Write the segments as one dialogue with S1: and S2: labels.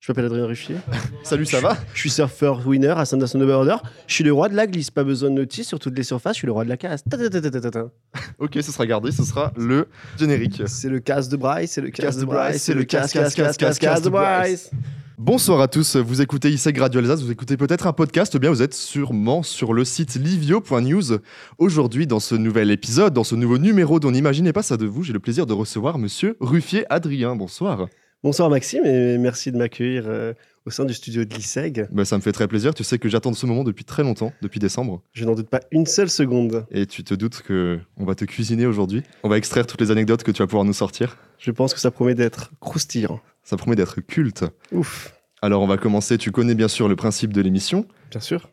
S1: Je m'appelle Adrien Ruchier.
S2: Salut,
S1: Ah, Je
S2: ça
S1: suis-
S2: va
S1: Je suis surfeur winner à Sanderson Overorder. Je suis le roi de la glisse. Pas besoin de notice sur toutes les surfaces. Je suis le roi de la casse. Ta, ta, ta, ta, ta, ta, ta.
S2: Ok, ce sera gardé, ce sera le générique.
S1: C'est le casse de Bryce. C'est le casse
S2: Casse
S1: de
S2: de
S1: Bryce.
S2: Bryce,
S1: C'est le casse, casse, casse, casse, casse de Bryce.
S2: Bonsoir à tous, vous écoutez ISEC Radio Alsace, vous écoutez peut-être un podcast, eh bien vous êtes sûrement sur le site livio.news. Aujourd'hui, dans ce nouvel épisode, dans ce nouveau numéro dont n'imaginez pas ça de vous, j'ai le plaisir de recevoir monsieur Ruffier Adrien. Bonsoir.
S1: Bonsoir Maxime et merci de m'accueillir euh, au sein du studio de l'ISEG.
S2: Bah, ça me fait très plaisir, tu sais que j'attends ce moment depuis très longtemps, depuis décembre,
S1: Je n'en doute pas une seule seconde.
S2: et tu te doutes que on va te cuisiner aujourd'hui. On va extraire toutes les anecdotes que tu vas pouvoir nous sortir.
S1: Je pense que ça promet d'être croustillant.
S2: Ça promet d'être culte.
S1: Ouf.
S2: Alors on va commencer, tu connais bien sûr le principe de l'émission.
S1: Bien sûr.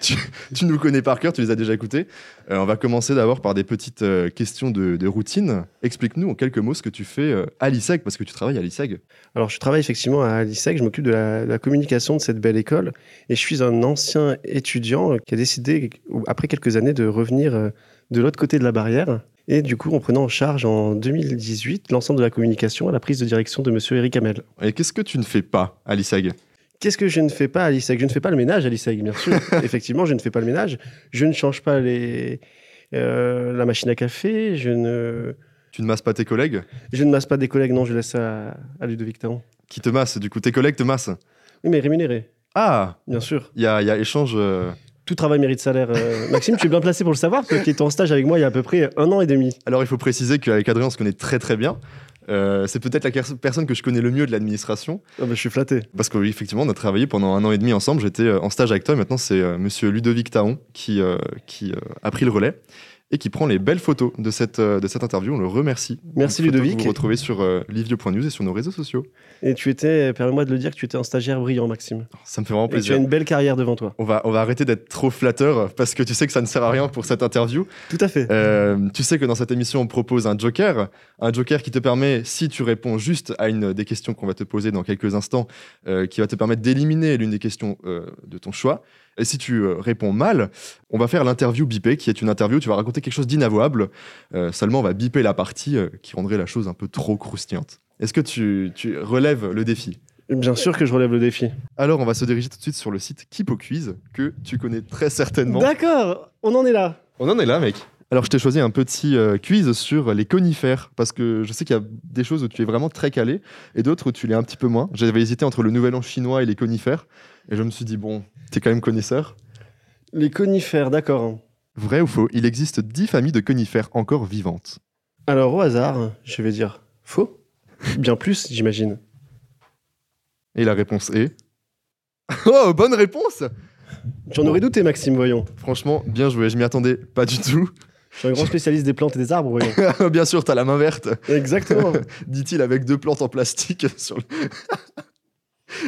S2: tu nous connais par cœur, tu les as déjà écoutés. Euh, on va commencer d'abord par des petites euh, questions de, de routine. Explique-nous en quelques mots ce que tu fais euh, à l'ISEG, parce que tu travailles à l'ISEG.
S1: Alors, je travaille effectivement à l'ISEC, je m'occupe de la, la communication de cette belle école et je suis un ancien étudiant euh, qui a décidé, ou- après quelques années, de revenir euh, de l'autre côté de la barrière. Et du coup, en prenant en charge en 2018 l'ensemble de la communication à la prise de direction de monsieur Eric Hamel.
S2: Et qu'est-ce que tu ne fais pas à l'ISEG
S1: Qu'est-ce que je ne fais pas à l'ISEC Je ne fais pas le ménage à l'ISEC, bien sûr. Effectivement, je ne fais pas le ménage. Je ne change pas les, euh, la machine à café. Je ne,
S2: Tu ne masses pas tes collègues
S1: je ne masse pas des collègues. Non, je laisse ça à, à Ludovic Taon.
S2: Qui te massent Du coup, tes collègues te massent
S1: Oui, mais rémunéré,
S2: Ah
S1: bien sûr.
S2: Il y a, il y a échange. euh.
S1: Tout travail mérite salaire. euh, Maxime, tu es bien placé pour le savoir, toi qui étais en stage avec moi il y a à peu près un an et demi.
S2: Alors il faut préciser qu'avec Adrien, on se connaît très très bien. Euh, c'est peut-être la ker- personne que je connais le mieux de l'administration
S1: Ah bah, je suis flatté.
S2: parce qu'effectivement on a travaillé pendant un an et demi ensemble. J'étais euh, en stage avec toi et maintenant c'est euh, monsieur Ludovic Taon qui, euh, qui euh, a pris le relais et qui prend les belles photos de cette, euh, de cette interview. On le remercie.
S1: Merci,
S2: Une photo
S1: Ludovic.
S2: Que vous retrouvez sur euh, livio.news et sur nos réseaux sociaux.
S1: Et tu étais, permets-moi de le dire, que tu étais un stagiaire brillant, Maxime.
S2: Ça me fait vraiment
S1: Et tu as
S2: plaisir.
S1: une belle carrière devant toi.
S2: On va, on va arrêter d'être trop flatteur parce que tu sais que ça ne sert à rien pour cette interview.
S1: Tout à fait.
S2: Euh, tu sais que dans cette émission, on propose un joker. Un joker qui te permet, si tu réponds juste à une des questions qu'on va te poser dans quelques instants, euh, qui va te permettre d'éliminer l'une des questions euh, de ton choix. Et si tu euh, réponds mal, on va faire l'interview bipée, qui est une interview où tu vas raconter quelque chose d'inavouable. Euh, seulement, on va biper la partie euh, qui rendrait la chose un peu trop croustillante. Est-ce que tu, tu relèves le défi
S1: Euh, Bien sûr que je relève le défi.
S2: Alors, on va se diriger tout de suite sur le site Kipo Quiz, que tu connais très certainement.
S1: D'accord, on en est là.
S2: On en est là, mec. Alors, je t'ai choisi un petit euh, quiz sur les conifères, parce que je sais qu'il y a des choses où tu es vraiment très calé, et d'autres où tu l'es un petit peu moins. J'avais hésité entre le Nouvel An chinois et les conifères, et je me suis dit, bon, t'es quand même connaisseur.
S1: Les conifères, d'accord.
S2: Vrai ou faux, il existe 10 familles de conifères encore vivantes.
S1: Alors au hasard, je vais dire faux. Bien plus, j'imagine.
S2: Et la réponse est... Oh, bonne réponse
S1: J'en aurais douté, Maxime, voyons.
S2: Franchement, bien joué, je m'y attendais pas du tout.
S1: Je suis un grand spécialiste des plantes et des arbres, voyons.
S2: bien sûr, t'as la main verte,
S1: Exactement.
S2: dit-il avec deux plantes en plastique sur le-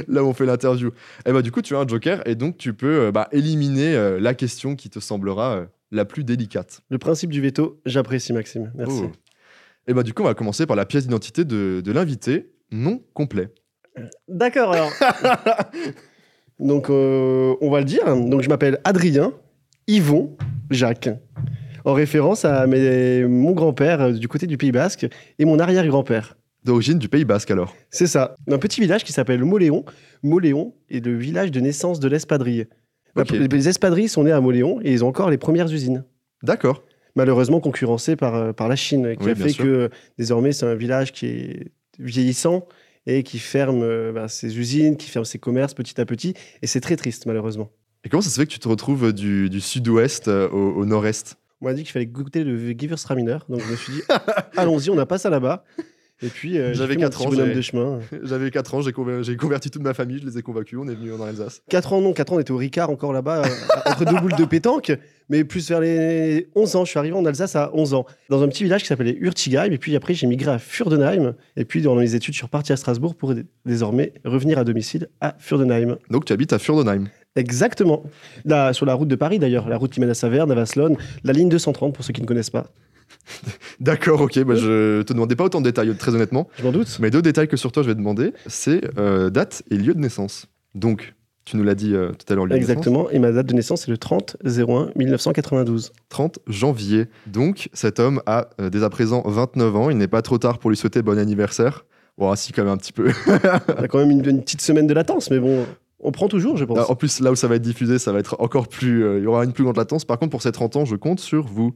S2: là où on fait l'interview. Et bah du coup, tu as un joker et donc tu peux euh, bah, éliminer euh, la question qui te semblera euh, la plus délicate.
S1: Le principe du veto, j'apprécie, Maxime. Merci.
S2: Et bah du coup, on va commencer par la pièce d'identité de, de l'invité, non complet.
S1: D'accord, alors. Donc, euh, on va le dire. Donc, je m'appelle Adrien Yvon Jacques, en référence à mes- mon grand-père euh, du côté du Pays Basque et mon arrière-grand-père.
S2: D'origine du Pays Basque alors.
S1: C'est ça, d'un petit village qui s'appelle Moléon. Moléon est le village de naissance de l'espadrille. La-
S2: Ok.
S1: Les espadrilles sont nées à Moléon et ils ont encore les premières usines.
S2: D'accord.
S1: Malheureusement concurrencées par, euh, par la Chine, qui
S2: Oui,
S1: a
S2: bien
S1: fait
S2: sûr.
S1: que euh, désormais c'est un village qui est vieillissant et qui ferme euh, bah, ses usines, qui ferme ses commerces petit à petit. Et c'est très triste, malheureusement.
S2: Et comment ça se fait que tu te retrouves du, du sud-ouest euh, au, au nord-est
S1: On m'a dit qu'il fallait goûter le Gewürztraminer, donc je me suis dit, allons-y, on n'a pas ça là-bas. Et puis, euh, j'ai fait
S2: J'avais
S1: mon
S2: quatre
S1: petit
S2: ans,
S1: bonhomme
S2: j'ai-
S1: de chemin.
S2: J'avais 4 ans, j'ai conver- j'ai converti toute ma famille, je les ai convaincus, on est venu en Alsace.
S1: 4 ans, non, 4 ans, on était au Ricard encore là-bas, euh, entre deux boules de pétanque, mais plus vers les 11 ans. Je suis arrivé en Alsace à 11 ans, dans un petit village qui s'appelait Urtigheim, et puis après j'ai migré à Furdenheim, et puis dans mes études, je suis reparti à Strasbourg pour dé- désormais revenir à domicile à Furdenheim.
S2: Donc tu habites à Furdenheim.
S1: Exactement. Là, sur la route de Paris d'ailleurs, la route qui mène à Saverne, à Vasselonne, la ligne 230 pour ceux qui ne connaissent pas.
S2: D'accord, ok, bah, je te demandais pas autant de détails, très honnêtement.
S1: Je m'en doute.
S2: Mais deux détails que sur toi je vais demander, c'est euh, date et lieu de naissance. Donc, tu nous l'as dit euh, tout à l'heure, lieu de naissance.
S1: Exactement, et ma date de naissance est le 30 01 1992.
S2: 30 janvier. Donc, cet homme a euh, dès à présent 29 ans. Il n'est pas trop tard pour lui souhaiter bon anniversaire. Bon, si, quand même un petit peu.
S1: On a quand même une, une petite semaine de latence, mais bon, on prend toujours, je pense.
S2: Bah, Ah, En plus, là où ça va être diffusé, ça va être encore plus. euh, il y aura une plus grande latence. Par contre, pour ces 30 ans, je compte sur vous.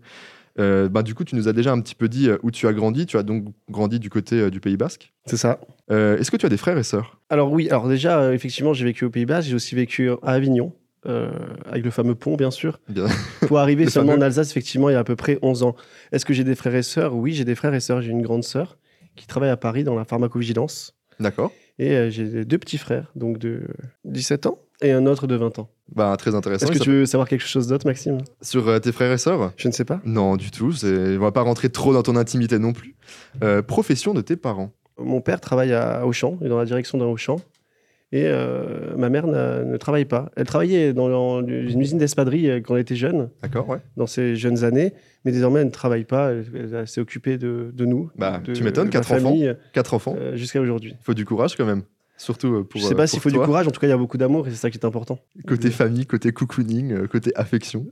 S2: Euh, bah, du coup, tu nous as déjà un petit peu dit euh, où tu as grandi. Tu as donc grandi du côté euh, du Pays Basque.
S1: C'est ça.
S2: Euh, Est-ce que tu as des frères et sœurs
S1: Alors oui, alors déjà, euh, effectivement, j'ai vécu aux Pays-Bas, j'ai aussi vécu à Avignon, euh, avec le fameux pont, bien sûr.
S2: Bien.
S1: Pour arriver
S2: Le
S1: seulement
S2: fameux.
S1: en Alsace, effectivement, il y a à peu près 11 ans. Est-ce que j'ai des frères et sœurs Oui, j'ai des frères et sœurs. J'ai une grande sœur qui travaille à Paris dans la pharmacovigilance.
S2: D'accord.
S1: Et euh, j'ai deux petits frères, donc de 17 ans et un autre de 20 ans.
S2: Bah, très intéressant.
S1: Est-ce que
S2: Il
S1: tu veux savoir quelque chose d'autre, Maxime
S2: s'appelle- Sur euh, tes frères et sœurs
S1: Je ne sais pas.
S2: Non, du tout. c'est- On va pas rentrer trop dans ton intimité non plus. Euh, profession de tes parents.
S1: Mon père travaille à Auchan, et dans la direction d'un Auchan. Et euh, ma mère n'a- ne travaille pas. Elle travaillait dans l'en- une usine d'espadrilles euh, quand elle était jeune.
S2: D'accord, ouais.
S1: dans ses jeunes années, mais désormais elle ne travaille pas, elle, elle- elle s'est occupée de, de nous.
S2: Bah,
S1: de
S2: tu m'étonnes,
S1: ma
S2: quatre enfants.
S1: famille,
S2: Quatre enfants.
S1: euh, jusqu'à aujourd'hui.
S2: Il faut du courage quand même. Surtout euh, pour.
S1: Je ne
S2: euh,
S1: sais pas
S2: pour
S1: s'il faut
S2: toi.
S1: du courage, en tout cas il y a beaucoup d'amour et c'est ça qui est important.
S2: Côté famille, côté cocooning, euh, côté affection.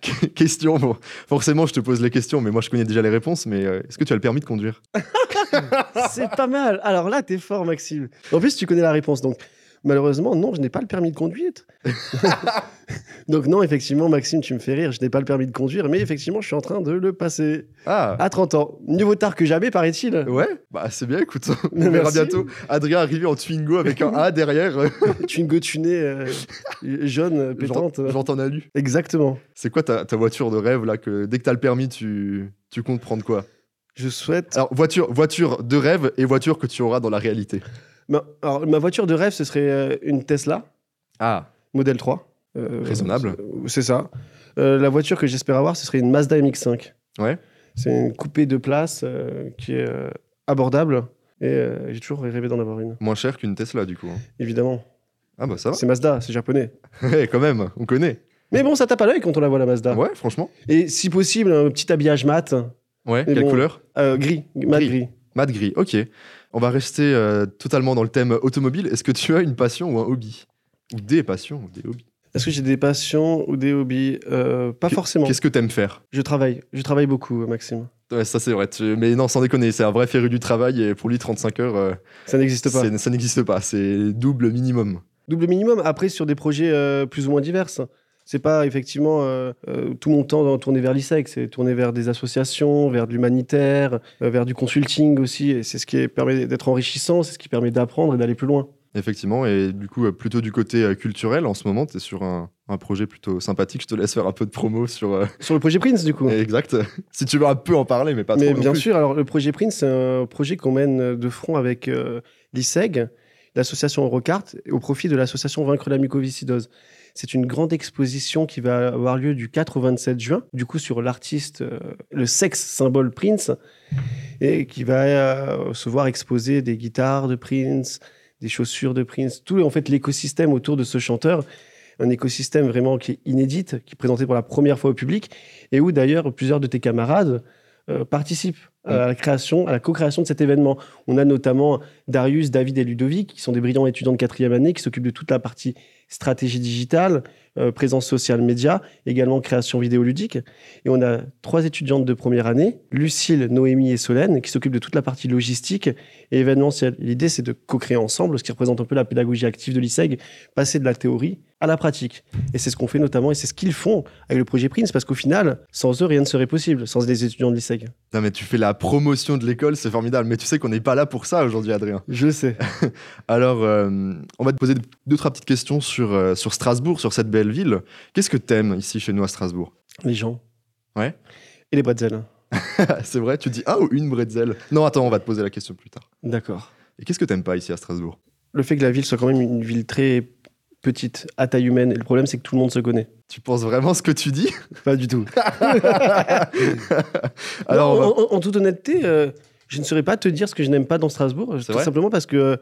S2: Qu- Question, bon, forcément je te pose les questions, mais moi je connais déjà les réponses, mais euh, est-ce que tu as le permis de conduire
S1: c'est pas mal. Alors là, t'es fort, Maxime. En plus, tu connais la réponse. Donc, malheureusement, non, je n'ai pas le permis de conduite. donc, non, effectivement, Maxime, tu me fais rire. Je n'ai pas le permis de conduire, mais effectivement, je suis en train de le passer
S2: Ah
S1: à 30 ans. Mieux vaut tard que jamais, paraît-il.
S2: Ouais, bah c'est bien, écoute, on
S1: Mais
S2: verra
S1: merci.
S2: bientôt Adrien arriver en Twingo avec un A derrière, euh,
S1: Tu une gotunée euh, jaune, euh, pétante.
S2: j'en- j'entends un alu.
S1: Exactement.
S2: C'est quoi ta, ta voiture de rêve là que dès que t'as le permis tu, tu comptes prendre quoi
S1: Je souhaite
S2: Alors voiture, voiture de rêve et voiture que tu auras dans la réalité.
S1: Ma, alors, ma voiture de rêve, ce serait euh, une Tesla,
S2: Ah
S1: modèle 3. Euh,
S2: Raisonnable.
S1: c'est- C'est ça. Euh, la voiture que j'espère avoir, ce serait une Mazda MX5.
S2: Ouais.
S1: C'est une coupée de place euh, qui est euh, abordable. Et euh, j'ai toujours rêvé d'en avoir une,
S2: Moins cher qu'une Tesla du coup. hein.
S1: évidemment.
S2: Ah bah ça va,
S1: C'est Mazda, c'est japonais.
S2: Eh, quand même, on connaît.
S1: Mais bon, ça tape à l'œil quand on la voit, la Mazda.
S2: Ouais, franchement.
S1: Et si possible, un petit habillage mat,
S2: Ouais,
S1: Mais
S2: quelle
S1: bon.
S2: couleur
S1: euh, gris, mat
S2: Gris.
S1: gris.
S2: Mat gris, ok. On va rester euh, totalement dans le thème automobile. Est-ce que tu as une passion ou un hobby Ou des passions ou des hobbies
S1: Est-ce que j'ai des passions ou des hobbies Euh, Pas
S2: Qu'est-
S1: forcément.
S2: Qu'est-ce que t'aimes faire
S1: Je travaille, je travaille beaucoup, euh, Maxime.
S2: Ouais, ça c'est vrai. tu- Mais non, sans déconner, c'est un vrai féru du travail et pour lui, 35 heures, euh,
S1: Ça n'existe pas.
S2: c'est- ça n'existe pas. C'est double minimum.
S1: Double minimum, après sur des projets euh, plus ou moins divers. C'est pas effectivement euh, euh, tout mon temps tourné vers l'ISEC, c'est tourné vers des associations, vers de l'humanitaire, euh, vers du consulting aussi. Et c'est ce qui est- permet d'être enrichissant, c'est ce qui permet d'apprendre et d'aller plus loin.
S2: Effectivement, et du coup, euh, plutôt du côté euh, culturel, en ce moment, tu es sur un, un projet plutôt sympathique. Je te laisse faire un peu de promo sur. euh,
S1: Sur le projet Prince, du coup.
S2: Exact. si tu veux un peu en parler, mais pas
S1: Mais
S2: trop. non
S1: bien
S2: plus.
S1: sûr, alors le projet Prince, c'est un projet qu'on mène de front avec euh, l'ISEG, l'association Eurocart, au profit de l'association Vaincre la mucoviscidose. C'est une grande exposition qui va avoir lieu du 4 au 27 juin, du coup sur l'artiste, euh, le sexe symbole Prince, et qui va euh, se voir exposer des guitares de Prince, des chaussures de Prince, tout en fait l'écosystème autour de ce chanteur, un écosystème vraiment qui est inédit, qui est présenté pour la première fois au public, et où d'ailleurs plusieurs de tes camarades euh, participent à la création, à la co-création de cet événement. On a notamment Darius, David et Ludovic, qui sont des brillants étudiants de quatrième année, qui s'occupent de toute la partie stratégie digitale, euh, présence sociale média, également création vidéoludique. Et on a trois étudiantes de première année, Lucille, Noémie et Solène, qui s'occupent de toute la partie logistique et événementielle. L'idée, c'est de co-créer ensemble, ce qui représente un peu la pédagogie active de l'ISEG, passer de la théorie à la pratique. Et c'est ce qu'on fait notamment, et c'est ce qu'ils font avec le projet Prince, parce qu'au final, sans eux, rien ne serait possible, sans les étudiants de l'ISEG.
S2: Non, mais tu fais la promotion de l'école, c'est formidable. Mais tu sais qu'on n'est pas là pour ça aujourd'hui, Adrien.
S1: Je sais.
S2: Alors, euh, on va te poser deux, trois petites questions sur, euh, sur Strasbourg, sur cette belle ville. Qu'est-ce que t'aimes ici chez nous à Strasbourg
S1: Les gens.
S2: Ouais.
S1: Et les bretzels.
S2: C'est vrai, tu dis un ou une bretzel Non, attends, on va te poser la question plus tard.
S1: D'accord.
S2: Et qu'est-ce que t'aimes pas ici à Strasbourg
S1: Le fait que la ville soit quand même une ville très petite, à taille humaine, et le problème c'est que tout le monde se connaît.
S2: Tu penses vraiment ce que tu dis
S1: Pas du tout.
S2: Alors, on va-
S1: Non, en, en- en toute honnêteté, euh, je ne saurais pas te dire ce que je n'aime pas dans Strasbourg, tout
S2: vrai
S1: simplement parce que euh,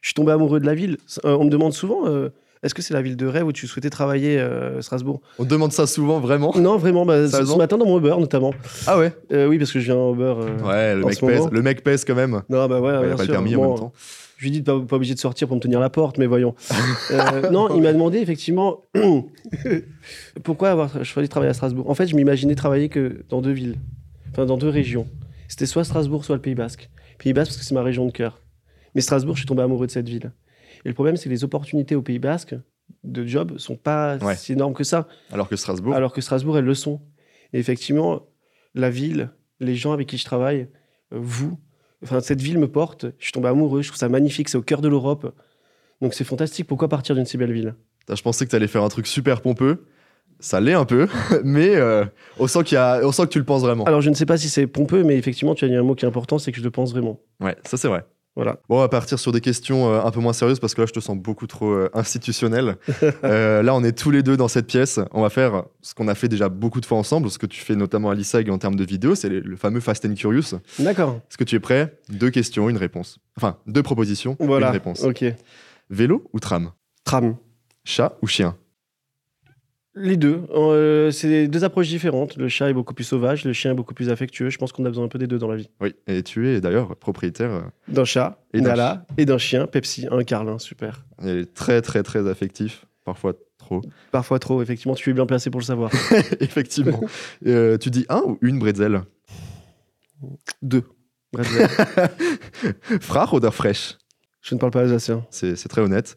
S1: je suis tombé amoureux de la ville. S- euh, on me demande souvent, euh, est-ce que c'est la ville de rêve où tu souhaitais travailler, euh, Strasbourg
S2: on demande ça souvent, vraiment.
S1: Non, vraiment, bah, ce,
S2: Sérieusement
S1: ce matin dans mon Uber notamment.
S2: Ah ouais
S1: Euh, oui, parce que je viens en Uber. euh,
S2: Ouais, le
S1: en
S2: mec,
S1: ce
S2: pèse,
S1: moment-
S2: le mec pèse quand même.
S1: Non, bah ouais,
S2: Ouais, il
S1: bien
S2: a pas le
S1: sûr,
S2: permis en
S1: bon,
S2: même temps.
S1: Je lui dis de pas, pas obligé de sortir pour me tenir la porte, mais voyons. Euh, non, il m'a demandé effectivement pourquoi avoir choisi de travailler à Strasbourg. En fait, je m'imaginais travailler que dans deux villes, enfin dans deux régions. C'était soit Strasbourg, soit le Pays Basque. Pays Basque parce que c'est ma région de cœur. Mais Strasbourg, je suis tombé amoureux de cette ville. Et le problème, c'est que les opportunités au Pays Basque de job sont pas
S2: Ouais.
S1: si énormes que ça,
S2: Alors que Strasbourg,
S1: alors que Strasbourg, elles le sont. Et effectivement, la ville, les gens avec qui je travaille, euh, vous, enfin, cette ville me porte. Je suis tombé amoureux, je trouve ça magnifique, c'est au cœur de l'Europe. Donc c'est fantastique. Pourquoi partir d'une si belle ville
S2: putain, je pensais que t'allais faire un truc super pompeux. Ça l'est un peu, mais euh, on, sent qu'il y a, on sent que tu le penses vraiment.
S1: Alors je ne sais pas si c'est pompeux, mais effectivement, tu as dit un mot qui est important, c'est que je le pense vraiment.
S2: Ouais, ça c'est vrai.
S1: Voilà.
S2: Bon, on va partir sur des questions euh, un peu moins sérieuses parce que là, je te sens beaucoup trop euh, institutionnel. Euh, là, on est tous les deux dans cette pièce. On va faire ce qu'on a fait déjà beaucoup de fois ensemble, ce que tu fais notamment à l'ISAG en termes de vidéo, c'est le, le fameux Fast and Curious.
S1: D'accord.
S2: Est-ce que tu es prêt Deux questions, une réponse. Enfin, deux propositions,
S1: Voilà.
S2: une réponse.
S1: Ok.
S2: Vélo ou tram
S1: Tram.
S2: Chat ou chien
S1: Les deux. Euh, c'est deux approches différentes. Le chat est beaucoup plus sauvage, le chien est beaucoup plus affectueux. Je pense qu'on a besoin un peu des deux dans la vie.
S2: Oui, et tu es d'ailleurs propriétaire euh,
S1: D'un chat,
S2: Et d'un
S1: Nala, et d'un chien, Pepsi, un Carlin, super.
S2: euh, et très, très, très affectif, parfois trop.
S1: Parfois trop, effectivement, tu es bien placé pour le savoir.
S2: Effectivement. Euh, tu dis un ou une bretzel
S1: deux. Bref,
S2: Frère ou d'heure fraîche
S1: je ne parle pas alsacien.
S2: C'est c'est très honnête.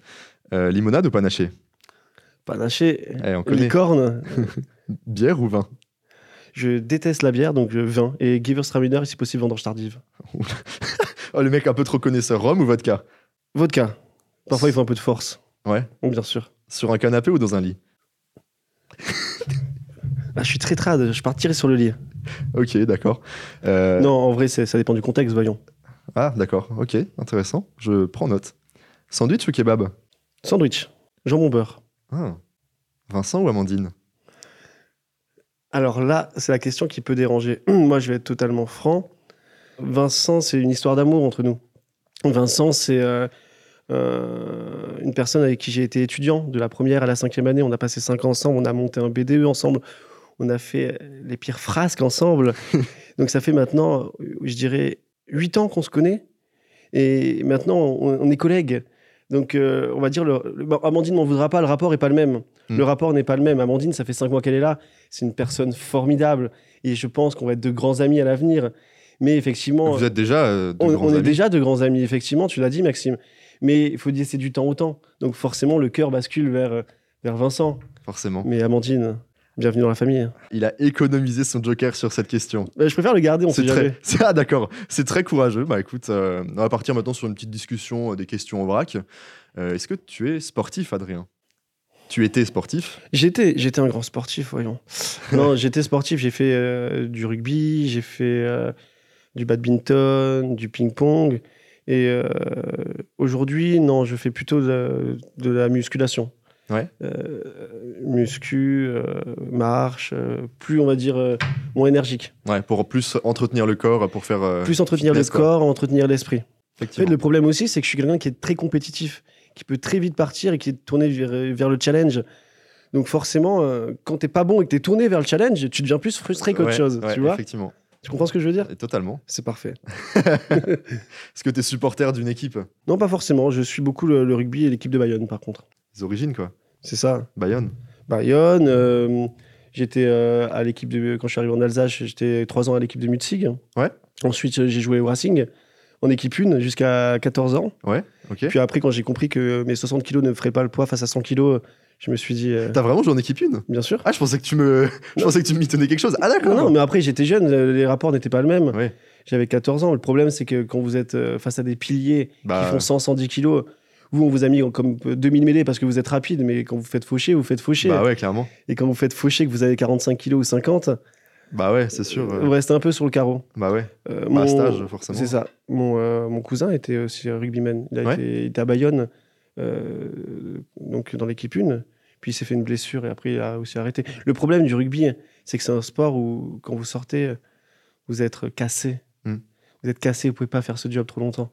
S2: Euh, limonade ou panaché
S1: Panaché,
S2: Eh, on connaît.
S1: licorne.
S2: Bière ou vin
S1: Je déteste la bière, donc je vin. Et Gewürztraminer, et si possible, vendange tardive.
S2: Oh, le mec un peu trop connaisseur. Rhum ou vodka
S1: Vodka. Parfois, il faut un peu de force.
S2: Ouais.
S1: Bien sûr.
S2: Sur un canapé ou dans un lit
S1: Ah, je suis très trad, je partirai sur le lit.
S2: Ok, d'accord. Euh,
S1: Non, en vrai, c'est- ça dépend du contexte, voyons.
S2: Ah, d'accord. Ok, intéressant. Je prends note. Sandwich ou kebab
S1: Sandwich, jambon beurre.
S2: Ah. Vincent ou Amandine
S1: Alors là, c'est la question qui peut déranger. Moi, je vais être totalement franc. Vincent, c'est une histoire d'amour entre nous. Vincent, c'est euh, euh, une personne avec qui j'ai été étudiant de la première à la cinquième année. On a passé cinq ans ensemble, on a monté un BDE ensemble, on a fait euh, les pires frasques ensemble. Donc ça fait maintenant, euh, je dirais, huit ans qu'on se connaît. Et maintenant, on, on est collègues. Donc euh, on va dire, le, le- bah, Amandine m'en voudra pas, le rapport est pas le même.
S2: Mm.
S1: Le rapport n'est pas le même. Amandine, ça fait cinq mois qu'elle est là. C'est une personne formidable. Et je pense qu'on va être de grands amis à l'avenir. Mais effectivement.
S2: Vous êtes déjà euh, de
S1: On,
S2: grands
S1: on est
S2: amis.
S1: déjà de grands amis, effectivement, tu l'as dit, Maxime. Mais il faut laisser du temps au temps. Donc forcément, le cœur bascule vers, euh, vers Vincent.
S2: Forcément.
S1: Mais Amandine, bienvenue dans la famille.
S2: Il a économisé son joker sur cette question.
S1: Euh, Je préfère le garder, on
S2: C'est
S1: sait
S2: très...
S1: jamais.
S2: c'est- Ah d'accord, c'est très courageux. Bah écoute, euh, on va partir maintenant sur une petite discussion euh, des questions en vrac. Euh, Est-ce que tu es sportif, Adrien Tu étais sportif
S1: J'étais, j'étais un grand sportif, voyons. non, j'étais sportif, j'ai fait euh, du rugby, j'ai fait euh, du badminton, du ping-pong. Et euh, aujourd'hui, non, je fais plutôt de, de la musculation.
S2: Ouais.
S1: Euh, muscu, euh, marche, euh, plus on va dire euh, moins énergique.
S2: Ouais, pour plus entretenir le corps, pour faire... euh,
S1: plus entretenir le
S2: fitness, quoi.
S1: corps, entretenir l'esprit. En fait,
S2: effectivement.
S1: le problème aussi, c'est que je suis quelqu'un qui est très compétitif, qui peut très vite partir et qui est tourné vers, vers le challenge. Donc forcément, euh, quand t'es pas bon et que t'es tourné vers le challenge, tu deviens plus frustré qu'autre
S2: Ouais,
S1: chose.
S2: ouais,
S1: tu vois
S2: Effectivement,
S1: Tu comprends ce que je veux dire
S2: Et totalement.
S1: C'est parfait.
S2: Est-ce que tu es supporter d'une équipe
S1: Non, pas forcément. Je suis beaucoup le, le rugby et l'équipe de Bayonne, par contre.
S2: Les origines, quoi.
S1: C'est ça.
S2: Bayonne.
S1: Bayonne. euh, j'étais euh, à l'équipe de quand je suis arrivé en Alsace, j'étais trois ans à l'équipe de Mutzig.
S2: Ouais.
S1: Ensuite, j'ai joué au Racing en équipe 1 jusqu'à 14 ans.
S2: Ouais, ok.
S1: Puis après, quand j'ai compris que mes 60 kilos ne feraient pas le poids face à 100 kilos, je me suis dit, euh,
S2: T'as vraiment joué en équipe une
S1: bien sûr.
S2: Ah, je pensais que tu me... je pensais que tu m'y tenais quelque chose. Ah
S1: Non,
S2: d'accord
S1: non, mais après, j'étais jeune, euh, les rapports n'étaient pas le même.
S2: Ouais.
S1: J'avais 14 ans. Le problème, c'est que quand vous êtes euh, face à des piliers qui
S2: Bah,
S1: font 100, 110 kilos, vous, on vous a mis en comme euh, 2000 mêlées parce que vous êtes rapide, mais quand vous faites faucher, vous faites faucher.
S2: bah ouais, clairement.
S1: Et quand vous faites faucher que vous avez 45 kilos ou 50,
S2: Bah ouais, c'est sûr. euh,
S1: vous restez un peu sur le carreau.
S2: Bah ouais,
S1: Euh,
S2: bah,
S1: mon-
S2: stage, forcément.
S1: C'est ça. Mon, euh, mon cousin était aussi rugbyman. Il, a
S2: Ouais.
S1: été, il était à Bayonne, euh, donc dans l'équipe 1. Puis il s'est fait une blessure et après il a aussi arrêté. Le problème du rugby, c'est que c'est un sport où quand vous sortez, vous êtes cassé.
S2: Hmm.
S1: Vous êtes cassé, vous pouvez pas faire ce job trop longtemps.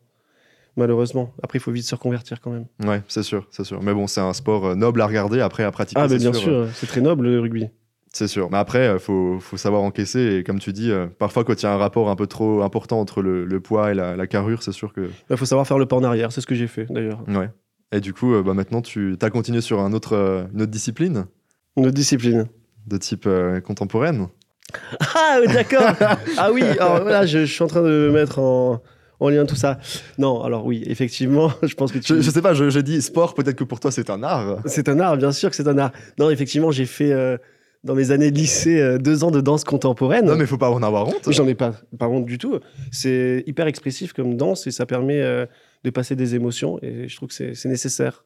S1: Malheureusement. Après, il faut vite se reconvertir quand même.
S2: Ouais, c'est sûr, c'est sûr. Mais bon, c'est un sport euh, noble à regarder, après à pratiquer.
S1: Ah, mais
S2: c'est euh,
S1: bien sûr, c'est très noble le rugby.
S2: C'est sûr. Mais après, il faut, faut savoir encaisser. Et comme tu dis, euh, parfois, quand il y a un rapport un peu trop important entre le, le poids et la, la carrure, c'est sûr que.
S1: Il faut savoir faire le pas en arrière. C'est ce que j'ai fait d'ailleurs.
S2: Ouais. Et du coup, euh, bah, maintenant, tu as continué sur un autre, euh, une autre discipline
S1: Notre discipline.
S2: de type euh, contemporaine.
S1: Ah, d'accord. ah oui, alors voilà, je, je suis en train de me mettre en, en lien tout ça. Non, alors oui, effectivement, je pense que tu...
S2: Je, je sais pas, je- j'ai dit sport, peut-être que pour toi c'est un art.
S1: C'est un art, bien sûr que c'est un art. Non, effectivement, j'ai fait euh, dans mes années de lycée euh, deux ans de danse contemporaine.
S2: Non, mais faut pas en avoir honte.
S1: Mais J'en ai pas, par contre, du tout. C'est hyper expressif comme danse et ça permet euh, de passer des émotions et je trouve que c'est c'est nécessaire.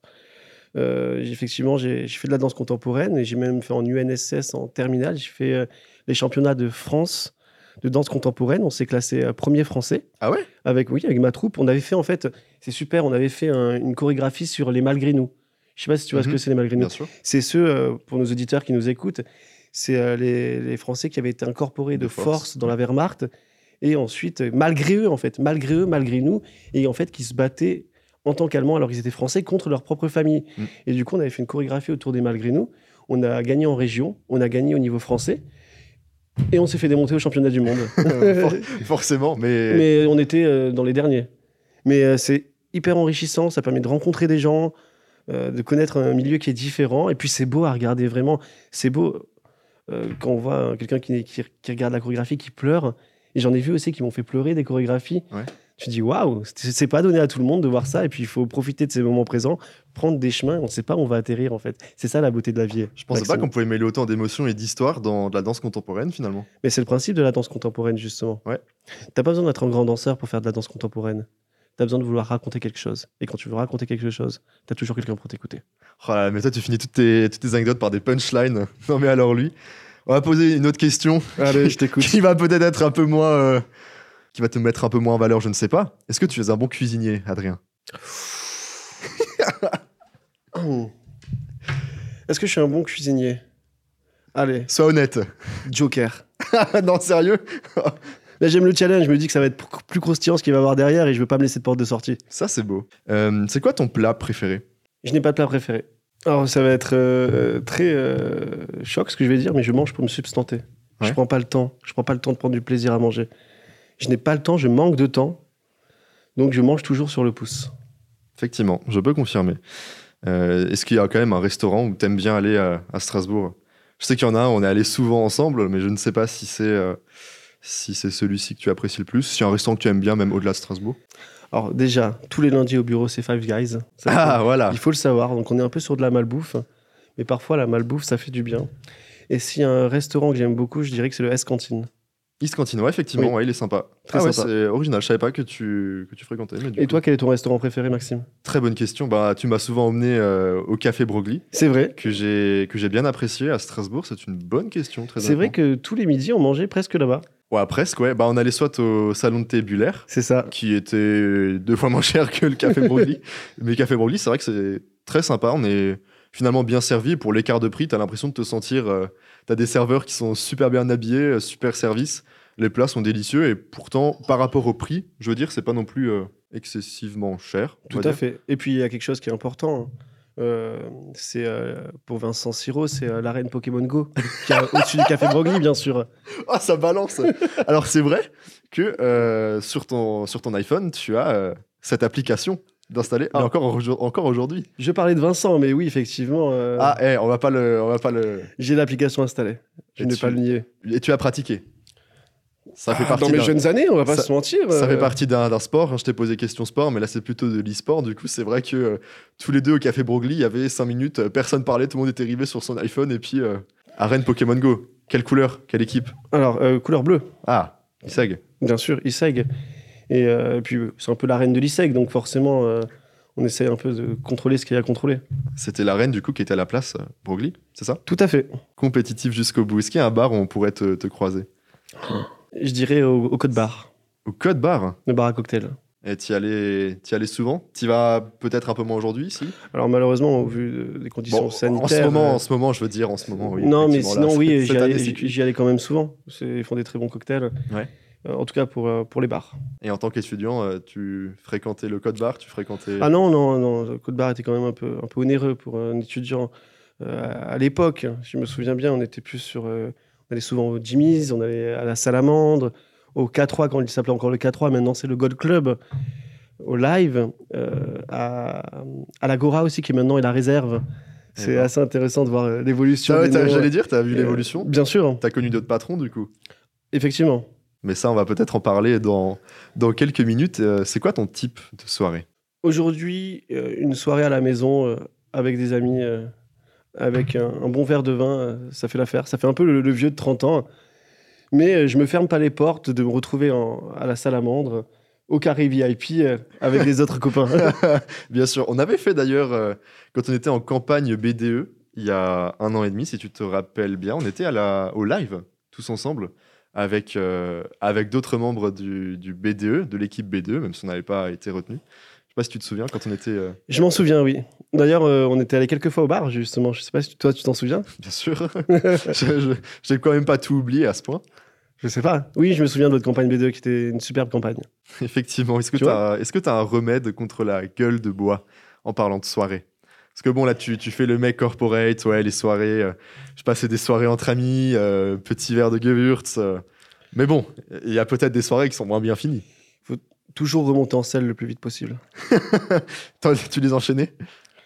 S1: Euh, j'ai- effectivement, j'ai j'ai fait de la danse contemporaine et j'ai même fait en UNSS en terminale. J'ai fait euh, les championnats de France de danse contemporaine. On s'est classé euh, premier français
S2: Ah ouais
S1: avec oui avec ma troupe. On avait fait en fait, c'est super. On avait fait un- une chorégraphie sur les malgré nous. Je sais pas si tu vois ce
S2: Mhm.
S1: que c'est les malgré nous.
S2: Bien sûr.
S1: C'est ceux, euh, pour nos auditeurs qui nous écoutent, c'est euh, les, les Français qui avaient été incorporés de,
S2: De
S1: force.
S2: force.
S1: dans la Wehrmacht. Et ensuite, euh, malgré eux, en fait, malgré eux, malgré nous, et en fait, qui se battaient en tant qu'Allemands, alors qu'ils étaient Français, contre leur propre famille.
S2: Mm.
S1: Et du coup, on avait fait une chorégraphie autour des malgré nous. On a gagné en région, on a gagné au niveau français, et on s'est fait démonter au championnat du monde.
S2: For- forcément, mais,
S1: Mais on était euh, dans les derniers. Mais euh, c'est hyper enrichissant, ça permet de rencontrer des gens, euh, de connaître un milieu qui est différent. Et puis c'est beau à regarder, vraiment. C'est beau euh, quand on voit euh, quelqu'un qui, qui, qui regarde la chorégraphie, qui pleure. Et j'en ai vu aussi qui m'ont fait pleurer des chorégraphies.
S2: Ouais.
S1: Tu dis waouh, c'est c'est pas donné à tout le monde de voir ça. Et puis il faut profiter de ces moments présents, prendre des chemins. On ne sait pas où on va atterrir en fait. C'est ça la beauté de la vie.
S2: je pensais pas qu'on pouvait mêler autant d'émotions et d'histoires dans de la danse contemporaine finalement.
S1: Mais c'est le principe de la danse contemporaine, justement.
S2: Ouais.
S1: T'as pas besoin d'être un grand danseur pour faire de la danse contemporaine. T'as besoin de vouloir raconter quelque chose. Et quand tu veux raconter quelque chose, t'as toujours quelqu'un pour t'écouter.
S2: Oh là là, mais toi tu finis toutes tes, toutes tes anecdotes par des punchlines. Non mais alors lui, on va poser une autre question
S1: Allez, je t'écoute.
S2: qui va peut-être être un peu moins... euh, qui va te mettre un peu moins en valeur, je ne sais pas. Est-ce que tu es un bon cuisinier, Adrien
S1: Est-ce que je suis un bon cuisinier Allez,
S2: Sois honnête.
S1: Joker.
S2: non, sérieux
S1: Là, j'aime le challenge. Je me dis que ça va être pr- plus croustillant ce qu'il va y avoir derrière et je veux pas me laisser de porte de sortie.
S2: Ça c'est beau. Euh, c'est quoi ton plat préféré
S1: Je n'ai pas de plat préféré. Alors, ça va être euh, très euh, choc ce que je vais dire, mais je mange pour me substanter. Je
S2: Ouais.
S1: prends pas le temps. Je prends pas le temps de prendre du plaisir à manger. Je n'ai pas le temps, je manque de temps. Donc, je mange toujours sur le pouce.
S2: Effectivement, je peux confirmer. Euh, Est-ce qu'il y a quand même un restaurant où t'aimes bien aller à, à Strasbourg Je sais qu'il y en a un, on est allé souvent ensemble, mais je ne sais pas si c'est euh, si c'est celui-ci que tu apprécies le plus. Si un restaurant que tu aimes bien, même au-delà de Strasbourg.
S1: Alors, déjà, tous les lundis au bureau, c'est Five Guys. Ça,
S2: Ah, voilà
S1: Il faut le savoir. Donc, on est un peu sur de la malbouffe. Mais parfois, la malbouffe, ça fait du bien. Et s'il y a un restaurant que j'aime beaucoup, je dirais que c'est le S-Cantine.
S2: East Cantine, ouais, effectivement,
S1: Oui.
S2: ouais, il est sympa.
S1: Très
S2: ah ouais,
S1: sympa.
S2: c'est original, je savais pas que tu, que tu fréquentais. mais du
S1: Et
S2: coup,
S1: toi, quel est ton restaurant préféré, Maxime
S2: Très bonne question. Bah, tu m'as souvent emmené euh, au Café Broglie,
S1: C'est vrai.
S2: que j'ai que j'ai bien apprécié à Strasbourg. C'est une bonne question, très
S1: C'est vrai que
S2: honnêtement.
S1: tous les midis, on mangeait presque là-bas.
S2: Ouais, presque, ouais. Bah, on allait soit au Salon de Thé Buller,
S1: C'est ça.
S2: qui était deux fois moins cher que le café Broglie. Mais café Broglie, c'est vrai que c'est très sympa. On est finalement bien servi. Pour l'écart de prix, t'as l'impression de te sentir. euh, t'as des serveurs qui sont super bien habillés, euh, super service. Les plats sont délicieux et pourtant, par rapport au prix, je veux dire, c'est pas non plus euh, excessivement cher. on
S1: Tout
S2: va
S1: à
S2: dire.
S1: fait. Et puis il y a quelque chose qui est important. hein. Euh, c'est euh, pour Vincent Siro, c'est euh, l'arène Pokémon Go qui est au-dessus du café Broglie, bien sûr.
S2: Ah, ça balance Alors, c'est vrai que euh, sur, ton, sur ton iPhone, tu as euh, cette application d'installer mais
S1: Ah.
S2: encore, aujourd'hui- encore aujourd'hui.
S1: Je parlais de Vincent, mais oui, effectivement, euh,
S2: Ah, eh, on va pas le, on va pas le,
S1: j'ai l'application installée. Je
S2: Et
S1: ne vais
S2: tu-
S1: pas le nier.
S2: Et tu as pratiqué. Ça fait
S1: Ah,
S2: partie
S1: dans mes
S2: d'un-
S1: jeunes années, on va pas
S2: ça-
S1: se mentir.
S2: ça
S1: euh,
S2: fait partie d'un d'un sport. Je t'ai posé question sport, mais là c'est plutôt de l'e-sport. Du coup, c'est vrai que euh, tous les deux au café Broglie, il y avait 5 minutes, euh, personne parlait, tout le monde était rivé sur son iPhone. Et puis, euh, arène Pokémon Go. Quelle couleur Quelle équipe
S1: Alors, euh, couleur bleue,
S2: Ah, Isag.
S1: bien sûr, Iseg. Et, euh, et puis euh, c'est un peu l'arène de l'Iseg, donc forcément, euh, on essaie un peu de contrôler ce qu'il y a à contrôler.
S2: C'était l'arène du coup qui était à la place euh, Broglie, c'est ça
S1: Tout à fait.
S2: Compétitif jusqu'au bout. Est-ce qu'il y a un bar où on pourrait te, te croiser
S1: Je dirais au, au code bar,
S2: Au Code Bar
S1: le bar à cocktail.
S2: Et t'y allais, t'y allais souvent T'y vas peut-être un peu moins aujourd'hui, si
S1: Alors malheureusement, au vu de- des conditions
S2: Bon,
S1: sanitaires.
S2: en ce
S1: euh,
S2: moment, en ce moment, je veux dire, en ce moment, oui.
S1: non, mais
S2: effectivement, là,
S1: sinon, oui,
S2: cette
S1: j'y
S2: année,
S1: allais,
S2: c'est
S1: j'y-
S2: cuit.
S1: j'y allais quand même souvent. C'est- Ils font des très bons cocktails.
S2: Ouais.
S1: Euh, en tout cas, pour, euh, pour les bars.
S2: Et en tant qu'étudiant, euh, tu fréquentais le code barre, tu fréquentais.
S1: Ah non, non, non, le code bar était quand même un peu, un peu onéreux pour un étudiant. Euh, à l'époque, je me souviens bien, on était plus sur. euh, on allait souvent au Jimmy's, on allait à la Salamandre, au K3, quand il s'appelait encore le K3, maintenant c'est le Gold Club, au Live, euh, à, à l'Agora aussi, qui maintenant est la réserve.
S2: Eh
S1: C'est
S2: ben.
S1: assez intéressant de voir euh, l'évolution.
S2: Ah ouais,
S1: des
S2: t'as-
S1: noms.
S2: j'allais dire, t'as vu
S1: Euh,
S2: l'évolution.
S1: Bien sûr,
S2: T'as connu d'autres patrons du coup.
S1: effectivement.
S2: Mais ça, on va peut-être en parler dans, dans quelques minutes. Euh, c'est quoi ton type de soirée
S1: Aujourd'hui, euh, une soirée à la maison euh, avec des amis, euh, avec un, un bon verre de vin, euh, ça fait l'affaire. Ça fait un peu le, le vieux de 30 ans. Mais euh, je me ferme pas les portes de me retrouver en- à la salamandre, euh, au carré VIP, euh, avec les autres copains.
S2: Bien sûr, on avait fait d'ailleurs, euh, quand on était en campagne BDE, il y a un an et demi, si tu te rappelles bien, on était à la, au live, tous ensemble, avec, euh, avec d'autres membres du, du BDE, de l'équipe BDE, même si on n'avait pas été retenu. Je sais pas si tu te souviens quand on était. euh,
S1: je m'en souviens, oui. D'ailleurs, euh, on était allé quelques fois au bar, justement. Je sais pas si toi, tu t'en souviens
S2: bien sûr, je- je- j'ai quand même pas tout oublié à ce point.
S1: Je sais pas. Oui, je me souviens de votre campagne B2 qui était une superbe campagne.
S2: Effectivement. Est-ce que
S1: Tu
S2: tu as, un remède contre la gueule de bois en parlant de soirée Parce que bon, là, tu, tu fais le mec corporate, ouais, les soirées. euh, je passais des soirées entre amis, euh, petit verre de Gewürz. euh, mais bon, il y a peut-être des soirées qui sont moins bien finies.
S1: Toujours remonter en selle le plus vite possible.
S2: Toi, tu les enchaînais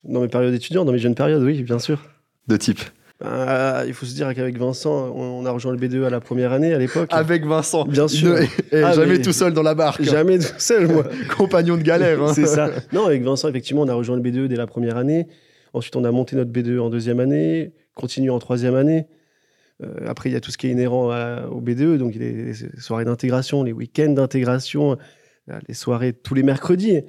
S1: Dans mes périodes étudiantes, dans mes jeunes périodes, oui, bien sûr.
S2: De type.
S1: Bah, il faut se dire qu'avec Vincent, on, on a rejoint le B2 à la première année à l'époque.
S2: Avec Vincent.
S1: Bien
S2: Il
S1: sûr.
S2: ne- eh,
S1: Ah,
S2: jamais
S1: mais-
S2: tout seul dans la barque. hein.
S1: Jamais tout seul, moi.
S2: Compagnon de galère. hein.
S1: C'est ça. Non, avec Vincent, effectivement, on a rejoint le B2 dès la première année. Ensuite, on a monté notre B2 en deuxième année, continue en troisième année. Euh, après, il y a tout ce qui est inhérent à- au B2, donc les, les soirées d'intégration, les week-ends d'intégration, euh, les soirées tous les mercredis.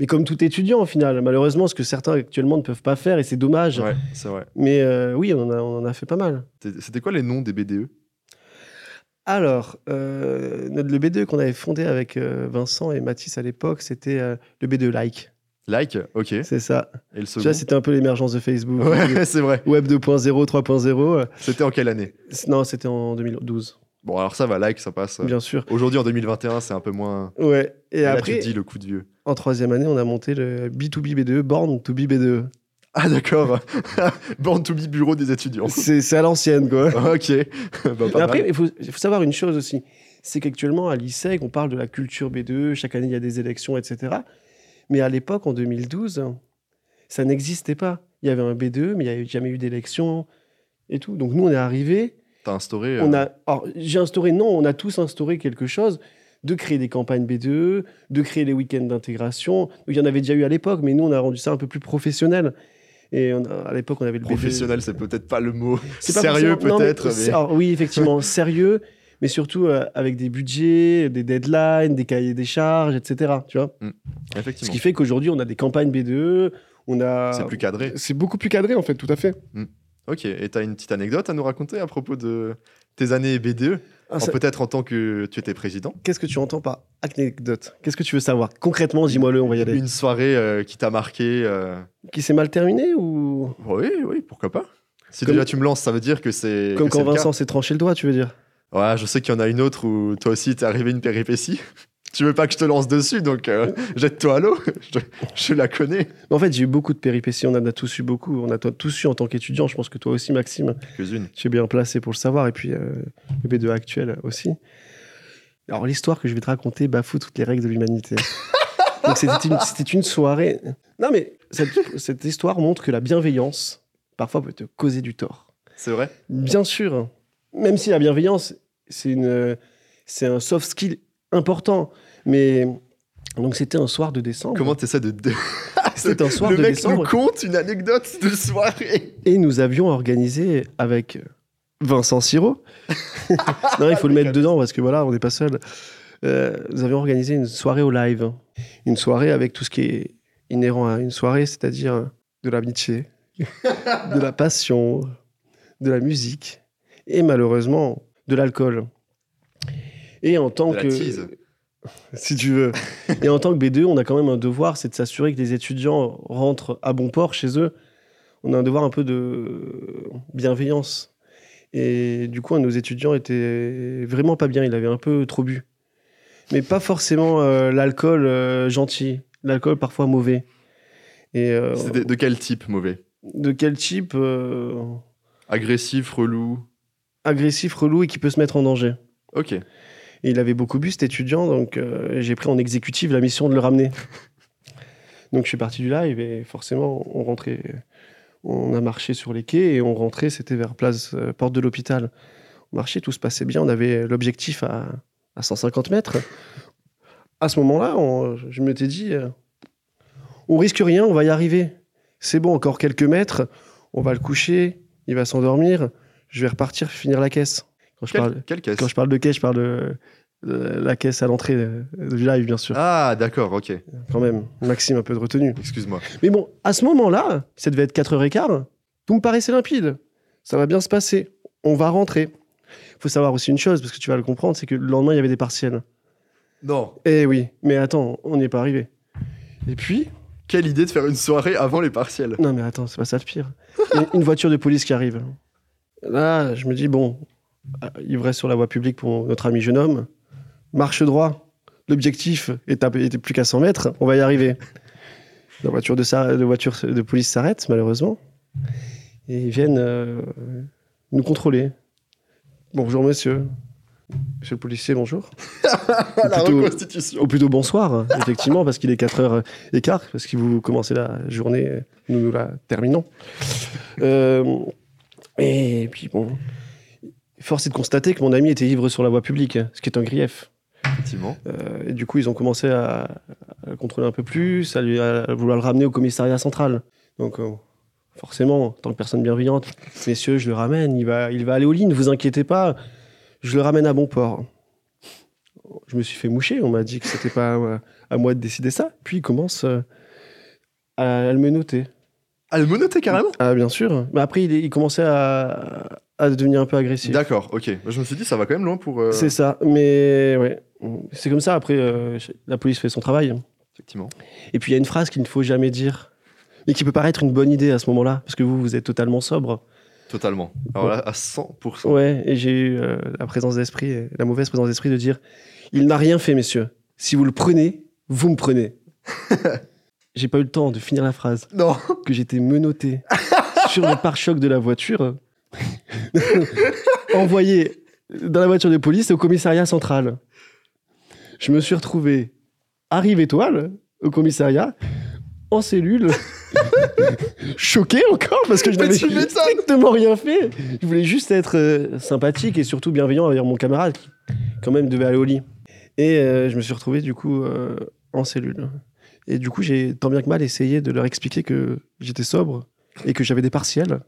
S1: Mais comme tout étudiant, au final, malheureusement, ce que certains actuellement ne peuvent pas faire, et c'est dommage.
S2: Ouais, c'est vrai.
S1: Mais euh, oui, on en, a, on en a fait pas mal.
S2: C'était c'était quoi les noms des E? BDE
S1: Alors, euh, notre- le B2 qu'on avait fondé avec euh, Vincent et Mathis à l'époque, c'était euh, le B2 Like.
S2: Like, ok. Et
S1: C'est ça.
S2: le
S1: Tu vois,
S2: second
S1: c'était un peu l'émergence de Facebook.
S2: Ouais, c'est vrai.
S1: Web 2.0, 3.0. euh,
S2: C'était en quelle année
S1: c- Non, c'était en 2012,
S2: Bon, alors ça va, like, ça passe. euh,
S1: bien sûr.
S2: Aujourd'hui, en 2021, c'est un peu moins.
S1: Ouais. Et
S2: Et après,
S1: après,
S2: tu te dis le coup de vieux.
S1: en troisième année, on a monté le B2B B2, Born to B B2.
S2: Ah, d'accord. Born to be bureau des étudiants.
S1: C'est c'est à l'ancienne, quoi.
S2: ok. Bah, pas
S1: Mais après,
S2: mal.
S1: il faut, il faut savoir une chose aussi. C'est qu'actuellement, à l'ISEG, on parle de la culture B2, chaque année, il y a des élections, etc. Mais à l'époque, en 2012, ça n'existait pas. Il y avait un B2, mais il n'y avait jamais eu d'élection et tout. Donc nous, on est arrivés,
S2: T'as instauré.
S1: On
S2: euh,
S1: a, alors, j'ai instauré, non, on a tous instauré quelque chose de créer des campagnes B2, de créer les week-ends d'intégration. Il y en avait déjà eu à l'époque, mais nous, on a rendu ça un peu plus professionnel. Et on a- à l'époque, on avait le B2.
S2: Professionnel, c'est peut-être pas le mot.
S1: C'est pas
S2: Sérieux,
S1: forcément- non, mais
S2: peut-être,
S1: c'est-
S2: mais-
S1: alors, oui, effectivement, sérieux, mais surtout euh, avec des budgets, des deadlines, des cahiers des charges, etc. Tu vois Ce
S2: Effectivement.
S1: qui fait qu'aujourd'hui, on a des campagnes B2, on a.
S2: C'est plus cadré.
S1: C'est beaucoup plus cadré, en fait, tout à fait.
S2: Ok. Et t'as une petite anecdote à nous raconter à propos de tes années BDE
S1: Ah,
S2: Alors,
S1: ça-
S2: Peut-être en tant que tu étais président.
S1: Qu'est-ce que tu entends par anecdote Qu'est-ce que tu veux savoir Concrètement, dis-moi-le, on va y aller.
S2: Une soirée euh, qui t'a marqué. euh,
S1: qui s'est mal terminé ou
S2: Oui, oui, pourquoi pas si
S1: Comme-
S2: déjà tu me lances, ça veut dire que Euh, c'est.
S1: comme
S2: que c'est
S1: quand
S2: le cas.
S1: Vincent s'est tranché le doigt, tu veux dire
S2: Ouais, je sais qu'il y en a une autre où toi aussi t'es arrivé une péripétie. Tu veux pas que je te lance dessus, donc euh,
S1: Oh.
S2: jette-toi à l'eau. Je, je la connais.
S1: Mais En fait, j'ai eu beaucoup de péripéties, on en a tous eu beaucoup, on a to- tous eu en tant qu'étudiant, je pense que toi aussi Maxime,
S2: Quelques-unes.
S1: tu es bien placé pour le savoir et puis euh, le B2 actuel aussi. Alors l'histoire que je vais te raconter bafoue toutes les règles de l'humanité. Donc c'était une, c'était une soirée. Non mais cette, cette histoire montre que la bienveillance parfois peut te causer du tort.
S2: C'est vrai
S1: Bien sûr. hein. Même si la bienveillance, c'est une, c'est un soft skill important. Mais donc c'était un soir de décembre.
S2: Comment t'essaies de. de-
S1: C'était un Oh. soir
S2: le
S1: de
S2: mec nous
S1: décembre
S2: compte une anecdote de soirée.
S1: et nous avions organisé avec Vincent Siro. non, il faut le mettre dedans parce que voilà, on n'est pas seul. Euh, nous avions organisé une soirée au live, hein. une soirée avec tout ce qui est inhérent à une soirée, c'est-à-dire de l'amitié, de la passion, de la musique et malheureusement de l'alcool. Et en tant
S2: De la
S1: que
S2: tease.
S1: si tu veux. Et en tant que B2, on a quand même un devoir, c'est de s'assurer que les étudiants rentrent à bon port chez eux. On a un devoir un peu de bienveillance. Et du coup, un de nos étudiants était vraiment pas bien. Il avait un peu trop bu. Mais pas forcément euh, l'alcool euh, gentil, l'alcool parfois mauvais. Et euh,
S2: C'était de quel type mauvais
S1: de quel type euh,
S2: Agressif, relou.
S1: agressif, relou et qui peut se mettre en danger.
S2: Ok.
S1: Et il avait beaucoup bu cet étudiant, donc euh, j'ai pris en exécutive la mission de le ramener. donc je suis parti du live et forcément on rentrait, on a marché sur les quais et on rentrait, c'était vers place euh, porte de l'hôpital. On marchait, tout se passait bien, on avait l'objectif à, à 150 mètres. À ce moment-là, on- je m'étais dit, euh, on risque rien, on va y arriver. C'est bon, encore quelques mètres, on va le coucher, il va s'endormir, je vais repartir finir la caisse. Quand je,
S2: Quelle,
S1: parle,
S2: quelle caisse
S1: quand je parle de caisse, je parle de, de la caisse à l'entrée euh, du live, bien sûr.
S2: Ah, d'accord, ok.
S1: Quand même, Maxime, un peu de retenue.
S2: Excuse-moi.
S1: Mais bon, à ce moment-là, ça devait être 4h15, tout me paraissait limpide. Ça va bien se passer. On va rentrer. faut savoir aussi une chose, parce que tu vas le comprendre, c'est que le lendemain, il y avait des partiels.
S2: Non.
S1: Eh oui, mais attends, on n'y est pas arrivé.
S2: Et puis, quelle idée de faire une soirée avant les partiels
S1: Non, mais attends, c'est pas ça le pire. Il y a une voiture de police qui arrive. Là, je me dis, bon, euh, ivresse sur la voie publique pour notre ami jeune homme, marche droit, l'objectif est à- était plus qu'à 100 mètres, on va y arriver. La voiture de, sa- de voiture de police s'arrête, malheureusement, et ils viennent euh, nous contrôler. Bonjour, monsieur. Monsieur le policier, bonjour. Ou
S2: La
S1: plutôt-
S2: reconstitution.
S1: Ou plutôt bonsoir, effectivement, parce qu'il est 4h15, parce que vous commencez la journée, euh, nous nous la terminons. Euh, et puis bon, force est de constater que mon ami était ivre sur la voie publique, ce qui est un grief.
S2: Effectivement.
S1: Euh, et du coup, ils ont commencé à, à le contrôler un peu plus, à, lui- à vouloir le ramener au commissariat central. Donc euh, forcément, en tant que personne bienveillante, messieurs, je le ramène, il va, il va aller au lit, ne vous inquiétez pas, je le ramène à bon port. Je me suis fait moucher, on m'a dit que c'était pas à, à moi de décider ça. Puis il commence euh, à, à le menoter.
S2: Ah, le monoté carrément
S1: Ah, bien sûr. Mais après, il, est- il commençait à, à devenir un peu agressif.
S2: D'accord, ok. Moi, Je me suis dit, ça va quand même loin pour. euh,
S1: C'est ça. Mais ouais, c'est comme ça. Après, euh, la police fait son travail.
S2: Effectivement.
S1: Et puis il y a une phrase qu'il ne faut jamais dire, mais qui peut paraître une bonne idée à ce moment-là, parce que vous, vous êtes totalement sobre.
S2: Totalement. Alors là, à 100%.
S1: Ouais, et j'ai eu euh, la présence d'esprit, euh, la mauvaise présence d'esprit de dire Il n'a rien fait, messieurs. Si vous le prenez, vous me prenez. j'ai pas eu le temps de finir la phrase,
S2: Non.
S1: que j'étais menotté sur le pare-choc de la voiture, envoyé dans la voiture de police au commissariat central. Je me suis retrouvé à Rive Étoile, au commissariat, en cellule, choqué encore parce que je
S2: Mais
S1: n'avais
S2: tu m'étonnes.
S1: strictement rien fait. Je voulais juste être euh, sympathique et surtout bienveillant envers mon camarade qui, quand même, devait aller au lit. Et euh, je me suis retrouvé, du coup, euh, en cellule. Et du coup, j'ai tant bien que mal essayé de leur expliquer que j'étais sobre et que j'avais des partiels.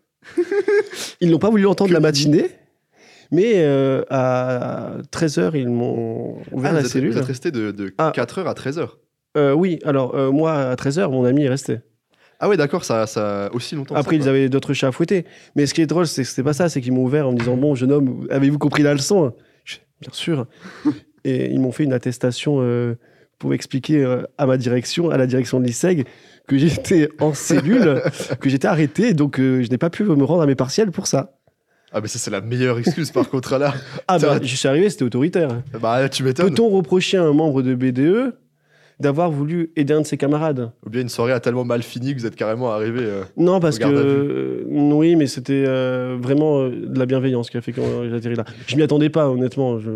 S1: Ils n'ont pas voulu l'entendre la matinée. Mais euh, à 13h, ils m'ont ouvert
S2: Ah,
S1: la
S2: vous, êtes,
S1: cellule.
S2: vous êtes resté de, de
S1: Ah.
S2: 4h à 13h.
S1: Euh, oui, alors euh, moi, à 13h, mon ami est resté.
S2: Ah ouais, d'accord, ça, ça aussi longtemps.
S1: Après,
S2: ça,
S1: ils
S2: quoi.
S1: avaient d'autres chats à fouetter. Mais ce qui est drôle, c'est que c'était pas ça, c'est qu'ils m'ont ouvert en me disant Bon, jeune homme, avez-vous compris la leçon hein Je fais, Bien sûr. Et ils m'ont fait une attestation euh, pour expliquer euh, à ma direction, à la direction de l'ISEG, que j'étais en cellule, que j'étais arrêté, donc euh, je n'ai pas pu me rendre à mes partiels pour ça.
S2: Ah, mais ça, c'est la meilleure excuse par contre, là.
S1: Ah, bah,
S2: T'as-
S1: je suis arrivé, c'était autoritaire.
S2: Bah, tu m'étonnes.
S1: Peut-on reprocher à un membre de BDE d'avoir voulu aider un de ses camarades
S2: Ou bien une soirée a tellement mal fini que vous êtes carrément arrivé. euh,
S1: Non, parce que.
S2: garde à vue.
S1: euh, oui, mais c'était euh, vraiment euh, de la bienveillance qui a fait que euh, j'ai atterri là. Je m'y attendais pas, honnêtement. Je,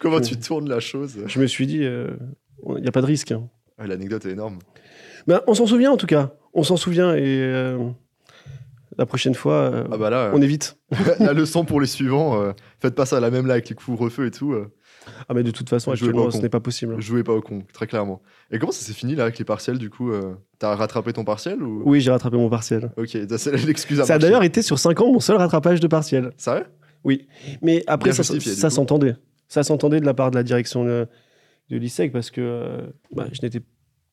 S2: Comment
S1: Oui.
S2: tu tournes la chose
S1: je me suis dit, il n'y a pas de risque. hein.
S2: Ah, L'anecdote est énorme.
S1: Ben, on s'en souvient, en tout cas. On s'en souvient et euh, la prochaine fois, euh,
S2: Ah bah là, euh,
S1: on évite.
S2: la leçon pour les suivants, euh, faites pas ça à la même là avec les couvre-feux et tout. euh,
S1: Ah, mais de toute façon,
S2: Jouez pas
S1: actuellement,
S2: au
S1: ce
S2: con.
S1: n'est pas possible.
S2: jouez pas au con, très clairement. Et comment ça s'est fini là avec les partiels du coup euh, T'as rattrapé ton partiel ou
S1: Oui, j'ai rattrapé mon partiel.
S2: Ok, ça, c'est l'excuse à
S1: Ça a
S2: marcher.
S1: d'ailleurs été sur 5 ans mon seul rattrapage de partiel.
S2: Sérieux
S1: Mais après,
S2: Bien
S1: ça,
S2: justifié, du
S1: ça
S2: coup.
S1: s'entendait. Ça s'entendait de la part de la direction euh, de l'ISEC parce que euh, bah, je n'étais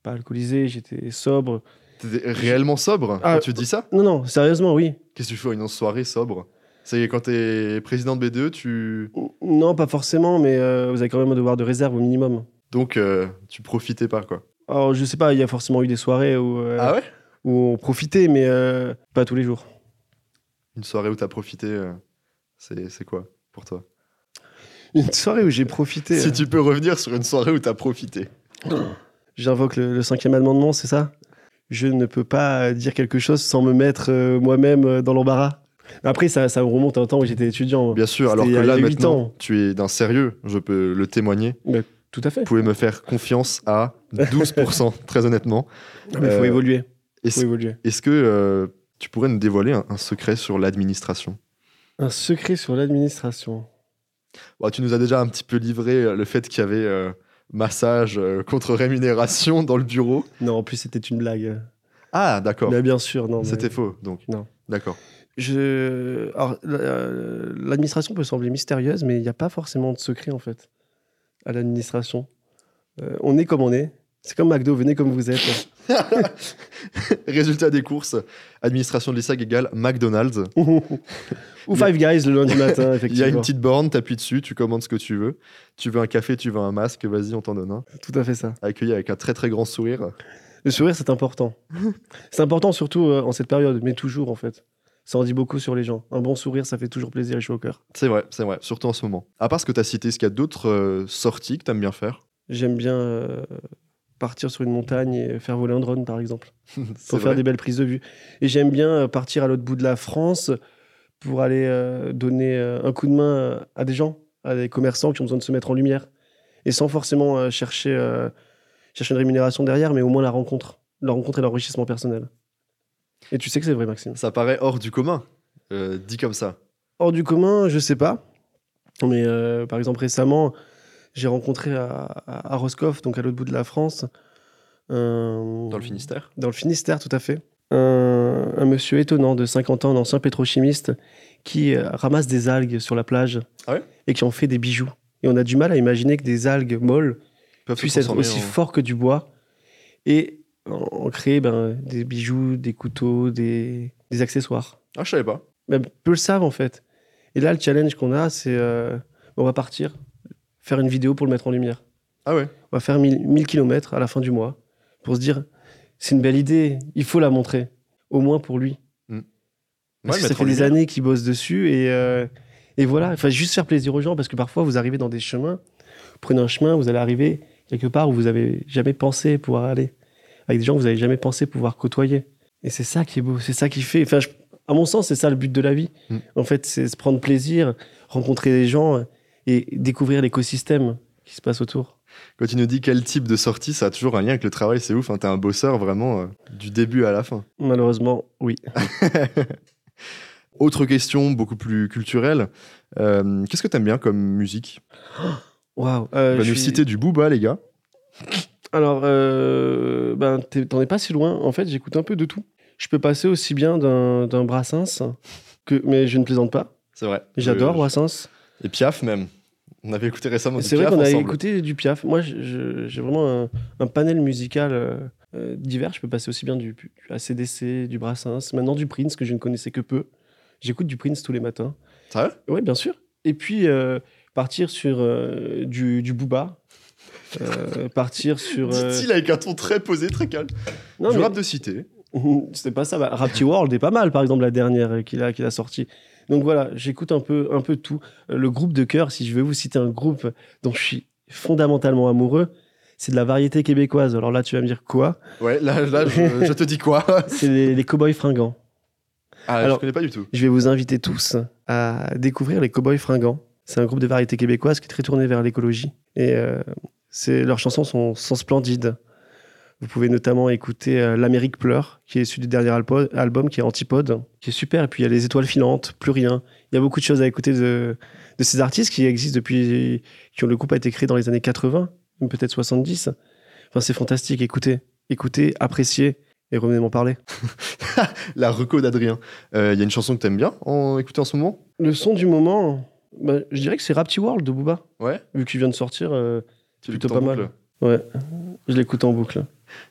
S1: pas alcoolisé, j'étais sobre.
S2: T'étais réellement sobre
S1: Ah,
S2: quand tu dis ça
S1: Non, non, sérieusement, oui.
S2: Qu'est-ce que tu fais à une soirée sobre C'est quand t'es président de B2, tu.
S1: Non, pas forcément, mais euh, vous avez quand même un devoir de réserve au minimum.
S2: Donc euh, tu profitais pas quoi.
S1: Alors, je sais pas, il y a forcément eu des soirées où, euh,
S2: Ah ouais
S1: où on profitait, mais euh, pas tous les jours.
S2: Une soirée où t'as profité, euh, c'est c'est quoi pour toi
S1: Une soirée où j'ai profité. euh,
S2: Si tu peux revenir sur une soirée où t'as profité.
S1: J'invoque le, le cinquième amendement, c'est ça Je ne peux pas euh, dire quelque chose sans me mettre euh, moi-même euh, dans l'embarras. Après, ça, ça remonte à un temps où j'étais étudiant. hein.
S2: Bien sûr, alors que
S1: C'était il y a
S2: là
S1: huit
S2: maintenant,
S1: ans.
S2: tu es d'un sérieux, je peux le témoigner.
S1: Tout à fait.
S2: Vous pouvez me faire confiance à 12%, très honnêtement.
S1: Il faut
S2: Euh,
S1: évoluer.
S2: Est-ce
S1: faut évoluer.
S2: est-ce que euh, tu pourrais nous dévoiler un, un secret sur l'administration
S1: Un secret sur l'administration.
S2: Bon, tu nous as déjà un petit peu livré le fait qu'il y avait euh, massage euh, contre rémunération dans le bureau.
S1: Non, en plus, c'était une blague.
S2: Ah, d'accord.
S1: Mais bien sûr, non. mais-
S2: C'était faux, donc.
S1: Non.
S2: D'accord.
S1: Je... Alors, euh, l'administration peut sembler mystérieuse, mais il n'y a pas forcément de secret, en fait, à l'administration. Euh, on est comme on est. C'est comme McDo, venez comme vous êtes.
S2: Résultat des courses administration de l'ISAG égale McDonald's.
S1: Ou Five Guys le lundi matin,
S2: Il y
S1: effectivement.
S2: a une petite borne, t'appuies dessus, tu commandes ce que tu veux. Tu veux un café, tu veux un masque, vas-y, on t'en donne un.
S1: Tout à fait ça.
S2: Accueilli avec un très très grand sourire.
S1: Le sourire, c'est important. c'est important surtout euh, en cette période, mais toujours, en fait. Ça en dit beaucoup sur les gens. Un bon sourire, ça fait toujours plaisir et chaud au cœur.
S2: C'est vrai, c'est vrai, surtout en ce moment. À part ce que t'as cité, est-ce qu'il y a d'autres euh, sorties que t'aimes bien faire
S1: J'aime bien euh, partir sur une montagne et faire voler un drone, par exemple.
S2: C'est
S1: pour faire
S2: vrai.
S1: des belles prises de vue. Et j'aime bien euh, partir à l'autre bout de la France pour aller euh, donner euh, un coup de main euh, à des gens, à des commerçants qui ont besoin de se mettre en lumière. Et sans forcément euh, chercher, euh, chercher une rémunération derrière, mais au moins la rencontre. La rencontre et l'enrichissement personnel. Et tu sais que c'est vrai, Maxime.
S2: Ça paraît hors du commun, euh, dit comme ça.
S1: Hors du commun, je sais pas. Mais euh, par exemple, récemment, j'ai rencontré à, à à Roscoff, donc à l'autre bout de la France, un-
S2: Dans le Finistère
S1: dans le Finistère, tout à fait. Un, un monsieur étonnant de 50 ans, un ancien pétrochimiste, qui euh, ramasse des algues sur la plage
S2: Ah ouais
S1: et qui en fait des bijoux. Et on a du mal à imaginer que des algues molles
S2: Peuvent se
S1: puissent être
S2: transformer
S1: aussi
S2: en-
S1: fortes que du bois et en, en créer ben, des bijoux, des couteaux, des, des accessoires.
S2: Ah, je savais pas.
S1: Ben, peu le savent en fait. Et là, le challenge qu'on a, c'est euh, on va partir, faire une vidéo pour le mettre en lumière
S2: Ah ouais
S1: on va faire 1000 km à la fin du mois pour se dire c'est une belle idée, il faut la montrer, au moins pour lui. Parce
S2: Ouais,
S1: que ça
S2: mettre
S1: fait
S2: en
S1: des
S2: lumière.
S1: années qu'il bosse dessus et, euh, et voilà, enfin juste faire plaisir aux gens parce que parfois vous arrivez dans des chemins, vous prenez un chemin, vous allez arriver quelque part où vous avez jamais pensé pouvoir aller, avec des gens que vous avez jamais pensé pouvoir côtoyer. Et c'est ça qui est beau, c'est ça qui fait. Enfin, je- à mon sens, c'est ça le but de la vie.
S2: Mm.
S1: En fait, c'est se prendre plaisir, rencontrer des gens et découvrir l'écosystème qui se passe autour.
S2: Quand il nous dit quel type de sortie, ça a toujours un lien avec le travail, c'est ouf. hein, T'es un bosseur vraiment euh, du début à la fin.
S1: Malheureusement, oui.
S2: Autre question, beaucoup plus culturelle. euh, Qu'est-ce que t'aimes bien comme musique
S1: Waouh. euh,
S2: On va
S1: je
S2: nous
S1: suis-
S2: citer du Booba, les gars.
S1: Alors, euh, ben, t'es- t'en es pas si loin. En fait, j'écoute un peu de tout. Je peux passer aussi bien d'un d'un Brassens que, mais je ne plaisante pas.
S2: C'est vrai.
S1: J'adore
S2: Euh, Je-
S1: Brassens.
S2: Et Piaf, même. On avait écouté récemment du
S1: C'est vrai
S2: Piaf
S1: qu'on a
S2: ensemble.
S1: écouté du Piaf. Moi, je- je- j'ai vraiment un, un panel musical euh, euh, divers. Je peux passer aussi bien du, du ACDC, du Brassens, maintenant du Prince que je ne connaissais que peu. J'écoute du Prince tous les matins.
S2: Sérieux
S1: Oui, bien sûr. Et puis euh, partir sur euh, du, du Booba. Euh, partir sur. euh,
S2: Dit-il avec un ton très posé, très calme.
S1: non,
S2: du
S1: mais-
S2: rap de cité.
S1: C'était pas ça. Bah, Rapti World est pas mal, par exemple, la dernière euh, qu'il a, qu'il a sortie. Donc voilà, j'écoute un peu, un peu tout. Euh, Le groupe de cœur, si je veux vous citer un groupe dont je suis fondamentalement amoureux, c'est de la variété québécoise. Alors là, tu vas me dire quoi
S2: Ouais, là, là je, je te dis quoi
S1: C'est les, les cowboys fringants.
S2: ah,
S1: Alors-
S2: Je connais pas du tout.
S1: Je vais vous inviter tous à découvrir les cowboys fringants. C'est un groupe de variété québécoise qui est très tourné vers l'écologie. Et euh, c'est- leurs chansons sont, sont splendides. Vous pouvez notamment écouter euh, L'Amérique pleure, qui est issu du dernier alpo- album, qui est Antipode, qui est super. Et puis il y a Les Étoiles filantes, Plus rien. Il y a beaucoup de choses à écouter de, de ces artistes qui existent depuis. qui ont le groupe a été créé dans les années 80, même peut-être 70. Enfin, c'est fantastique. Écoutez, écoutez, appréciez et revenez m'en parler.
S2: La reco d'Adrien. Euh, Il y a une chanson que t'aimes bien en écouter en ce moment
S1: Le son du moment, bah, je dirais que c'est Rapti World de Booba.
S2: Ouais.
S1: Vu qu'il vient de sortir, euh,
S2: Tu
S1: Plutôt
S2: l'écoutes en
S1: pas mal.
S2: boucle
S1: je l'écoute en boucle.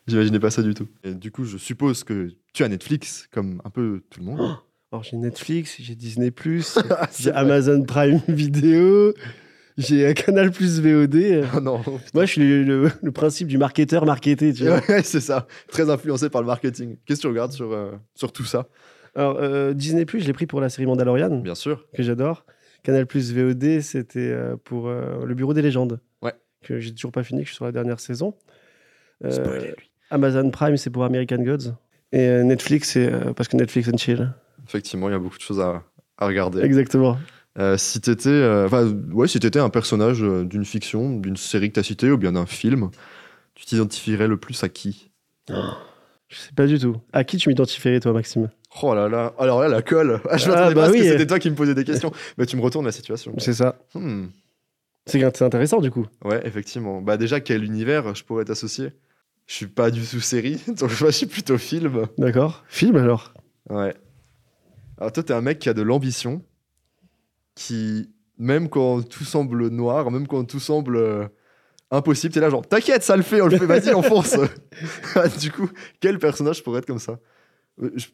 S2: J'imaginais pas ça du tout. Et du coup, je suppose que tu as Netflix, comme un peu tout le monde.
S1: Alors j'ai Netflix, j'ai Disney+,
S2: Oh. Ah, c'est
S1: j'ai
S2: vrai.
S1: Amazon Prime Vidéo, j'ai euh, Canal Plus VOD.
S2: Ah non.
S1: Moi, je suis le, le- le principe du marketeur marketé, tu vois.
S2: Ouais, c'est ça. Très influencé par le marketing. Qu'est-ce que tu regardes sur, euh, sur tout ça
S1: Alors, euh, Disney+, je l'ai pris pour la série Mandalorian,
S2: Bien sûr.
S1: que j'adore. Canal Plus VOD, c'était euh, pour euh, Le Bureau des Légendes,
S2: Ouais.
S1: que j'ai toujours pas fini, que je suis sur la dernière saison. Euh,
S2: Spoiler, lui.
S1: Amazon Prime, c'est pour American Gods. Et euh, Netflix, c'est euh, parce que Netflix and chill.
S2: Effectivement, il y a beaucoup de choses à, à regarder.
S1: Exactement.
S2: Euh, si t'étais, euh, enfin, ouais, si t'étais un personnage euh, d'une fiction, d'une série que t'as citée ou bien d'un film, tu t'identifierais le plus à qui
S1: Je sais pas du tout. À qui tu m'identifierais, toi, Maxime
S2: Oh là là, alors là, la colle. Ah, je
S1: Ah,
S2: m'attendais
S1: bah
S2: pas à ce
S1: oui.
S2: que c'était toi qui me posais des questions. Mais tu me retournes la situation.
S1: C'est ça.
S2: Hmm.
S1: C'est c'est intéressant du coup.
S2: Ouais, effectivement. Bah déjà, quel univers je pourrais t'associer Je suis pas du tout série, donc je suis plutôt film.
S1: D'accord. Film alors
S2: Ouais. Alors toi, t'es un mec qui a de l'ambition, qui, même quand tout semble noir, même quand tout semble euh, impossible, t'es là genre, t'inquiète, ça le fait, on le fait, vas-y, on fonce. du coup, quel personnage pourrait être comme ça Euh, je-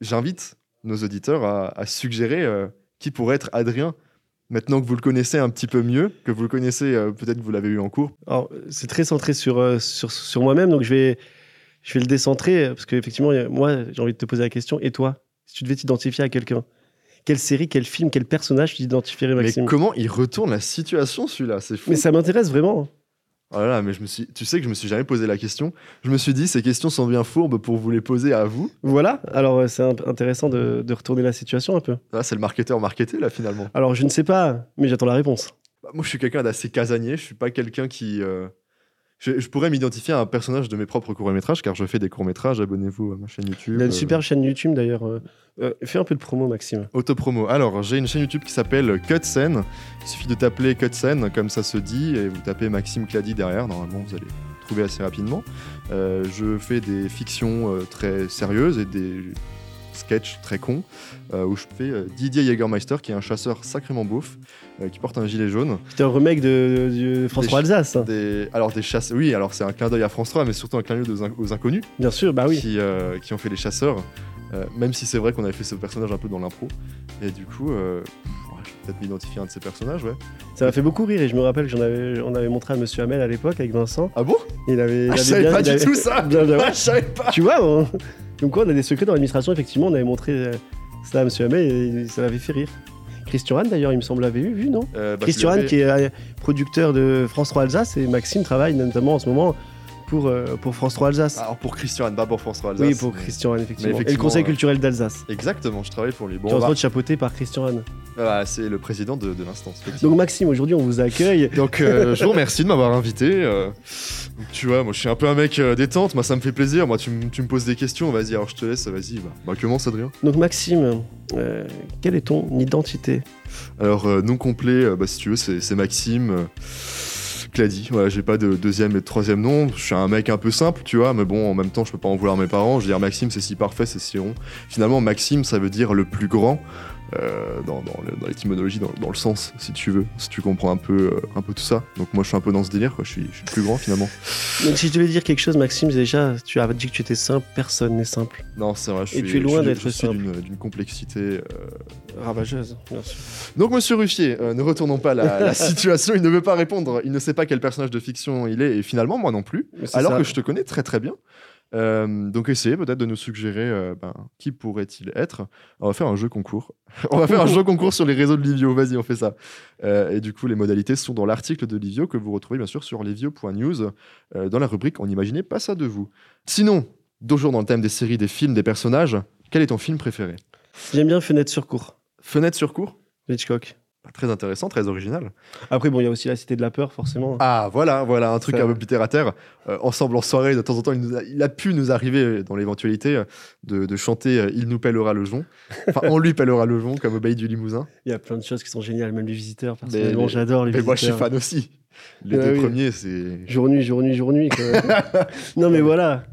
S2: J'invite nos auditeurs à, à suggérer euh, qui pourrait être Adrien. Maintenant que vous le connaissez un petit peu mieux, que vous le connaissez, euh, peut-être que vous l'avez eu en cours.
S1: Alors, c'est très centré sur, euh, sur, sur moi-même, donc je vais, je vais le décentrer, euh, parce qu'effectivement, moi, j'ai envie de te poser la question. Et toi, si tu devais t'identifier à quelqu'un, quelle série, quel film, quel personnage tu t'identifierais,
S2: Mais
S1: Maxime
S2: comment il retourne la situation, celui-là C'est fou.
S1: Mais ça m'intéresse vraiment.
S2: Oh là là, mais je me suis, tu sais que je me suis jamais posé la question. Je me suis dit, ces questions sont bien fourbes pour vous les poser à vous.
S1: Voilà, alors euh, c'est un- intéressant de, de retourner la situation un peu.
S2: Là, Ah, c'est le marketeur marketé, là, finalement.
S1: Alors, je ne sais pas, mais j'attends la réponse.
S2: Bah, moi, je suis quelqu'un d'assez casanier. Je suis pas quelqu'un qui. euh, Je, je pourrais m'identifier à un personnage de mes propres courts-métrages, car je fais des courts-métrages. Abonnez-vous à ma chaîne YouTube.
S1: Il a
S2: euh,
S1: une super chaîne YouTube d'ailleurs. euh, euh, fais un peu de promo, Maxime.
S2: Autopromo. Alors, j'ai une chaîne YouTube qui s'appelle Cutscene. Il suffit de taper Cutscene, comme ça se dit, et vous tapez Maxime Clady derrière. Normalement, vous allez trouver assez rapidement. Euh, je fais des fictions euh, très sérieuses et des sketchs très cons, euh, où je fais euh, Didier Jägermeister, qui est un chasseur sacrément beauf, euh, qui porte un gilet jaune.
S1: C'était un remake de, de- de François Alsace, hein.
S2: Des... Alors, des chasseurs... Oui, alors c'est un clin d'œil à France 3, mais surtout un clin d'œil aux, in- aux inconnus
S1: bien sûr, bah oui.
S2: qui, euh, qui ont fait les chasseurs. euh, même si c'est vrai qu'on avait fait ce personnage un peu dans l'impro. Et du coup, euh, ouais, je vais peut-être m'identifier à un de ces personnages, ouais.
S1: Ça m'a fait beaucoup rire et je me rappelle que j'en avais, on avait montré à Monsieur Hamel à l'époque avec Vincent.
S2: Ah bon
S1: Il avait, il
S2: Ah, Je
S1: avait
S2: savais
S1: bien-
S2: pas
S1: il
S2: du
S1: avait-
S2: tout ça
S1: Bien, bien, ouais.
S2: Ah, Je savais pas
S1: Tu vois, on- comme quoi on a des secrets dans l'administration, effectivement, on avait montré euh, ça à Monsieur Hamel et ça l'avait fait rire. Christian Hahn, d'ailleurs, il me semble, l'avait eu, vu, non
S2: Euh, bah,
S1: Christian
S2: je
S1: Hahn,
S2: l'avais-
S1: qui est euh, producteur de France 3 Alsace, et Maxime travaille notamment en ce moment pour, euh, pour France 3 Alsace.
S2: Ah, Alors pour Christian Hahn, pas pour François Alsace.
S1: oui, pour
S2: mais-
S1: Christian Hahn, effectivement. Et le
S2: effectivement,
S1: Conseil
S2: euh,
S1: culturel d'Alsace.
S2: Exactement, je travaille pour lui.
S1: qui est
S2: Bon,
S1: en
S2: bah,
S1: train de chapeauté par Christian Hahn.
S2: voilà, c'est le président de, de l'instance.
S1: Donc,
S2: effectivement.
S1: Maxime, aujourd'hui, on vous accueille.
S2: Donc, euh, je vous remercie de m'avoir invité. euh. Donc, tu vois, moi je suis un peu un mec euh, détente, moi ça me fait plaisir. Moi tu, m- tu me poses des questions, vas-y, alors je te laisse, vas-y. Bah, bah commence Adrien.
S1: Donc, Maxime, euh, quelle est ton identité
S2: Alors, euh, nom complet, euh, bah, si tu veux, c'est c'est Maxime euh, Clady. Voilà, j'ai pas de deuxième et de troisième nom. Je suis un mec un peu simple, tu vois, mais bon, en même temps, je peux pas en vouloir à mes parents. Je veux dire, Maxime, c'est si parfait, c'est si rond. Finalement, Maxime, ça veut dire le plus grand. euh, dans dans le- dans l'étymologie, dans, dans le sens, si tu veux, si tu comprends un peu, euh, un peu tout ça. Donc moi, je suis un peu dans ce délire, quoi. Je suis, je suis le plus grand finalement.
S1: Donc, si je devais dire quelque chose, Maxime, c'est déjà, tu as dit que tu étais simple, personne n'est simple.
S2: Non, c'est vrai. Je
S1: Et
S2: suis-
S1: tu es loin
S2: je suis-
S1: d'être
S2: je suis
S1: simple.
S2: d'une- d'une complexité. euh,
S1: Ravageuse, bien sûr.
S2: Donc, monsieur Ruffier, euh, ne retournons pas la, la situation. Il ne veut pas répondre. Il ne sait pas quel personnage de fiction il est. Et finalement, moi non plus. Alors que je te connais très très bien. Euh, donc, essayez peut-être de nous suggérer euh, ben, qui pourrait-il être. On va faire un jeu concours. on va faire un jeu concours sur les réseaux de Livio. Vas-y, on fait ça. Euh, et du coup, les modalités sont dans l'article de Livio que vous retrouvez bien sûr sur livio.news euh, dans la rubrique On n'imaginait pas ça de vous. Sinon, toujours dans le thème des séries, des films, des personnages, quel est ton film préféré
S1: J'aime bien Fenêtre sur cours,
S2: Fenêtre sur cours
S1: Hitchcock.
S2: Très intéressant, très original.
S1: Après, bon, il y a aussi La Cité de la Peur, forcément.
S2: Ah voilà, voilà un truc
S1: Ça-
S2: un peu plus terre à terre. Euh, ensemble en soirée, de temps en temps, il, nous a, il a pu nous arriver euh, dans l'éventualité euh, de, de chanter euh, Il nous pèlera le jonc. Enfin, on lui pèlera le jonc comme Obéi du Limousin.
S1: Il y a plein de choses qui sont géniales, même les visiteurs.
S2: Mais-
S1: Personnellement,
S2: mais-
S1: j'adore les
S2: Mais
S1: visiteurs.
S2: moi, je suis fan aussi. Les
S1: Ah
S2: deux
S1: oui.
S2: premiers, c'est.
S1: Jour nuit, jour nuit, jour nuit. quoi. non, mais voilà.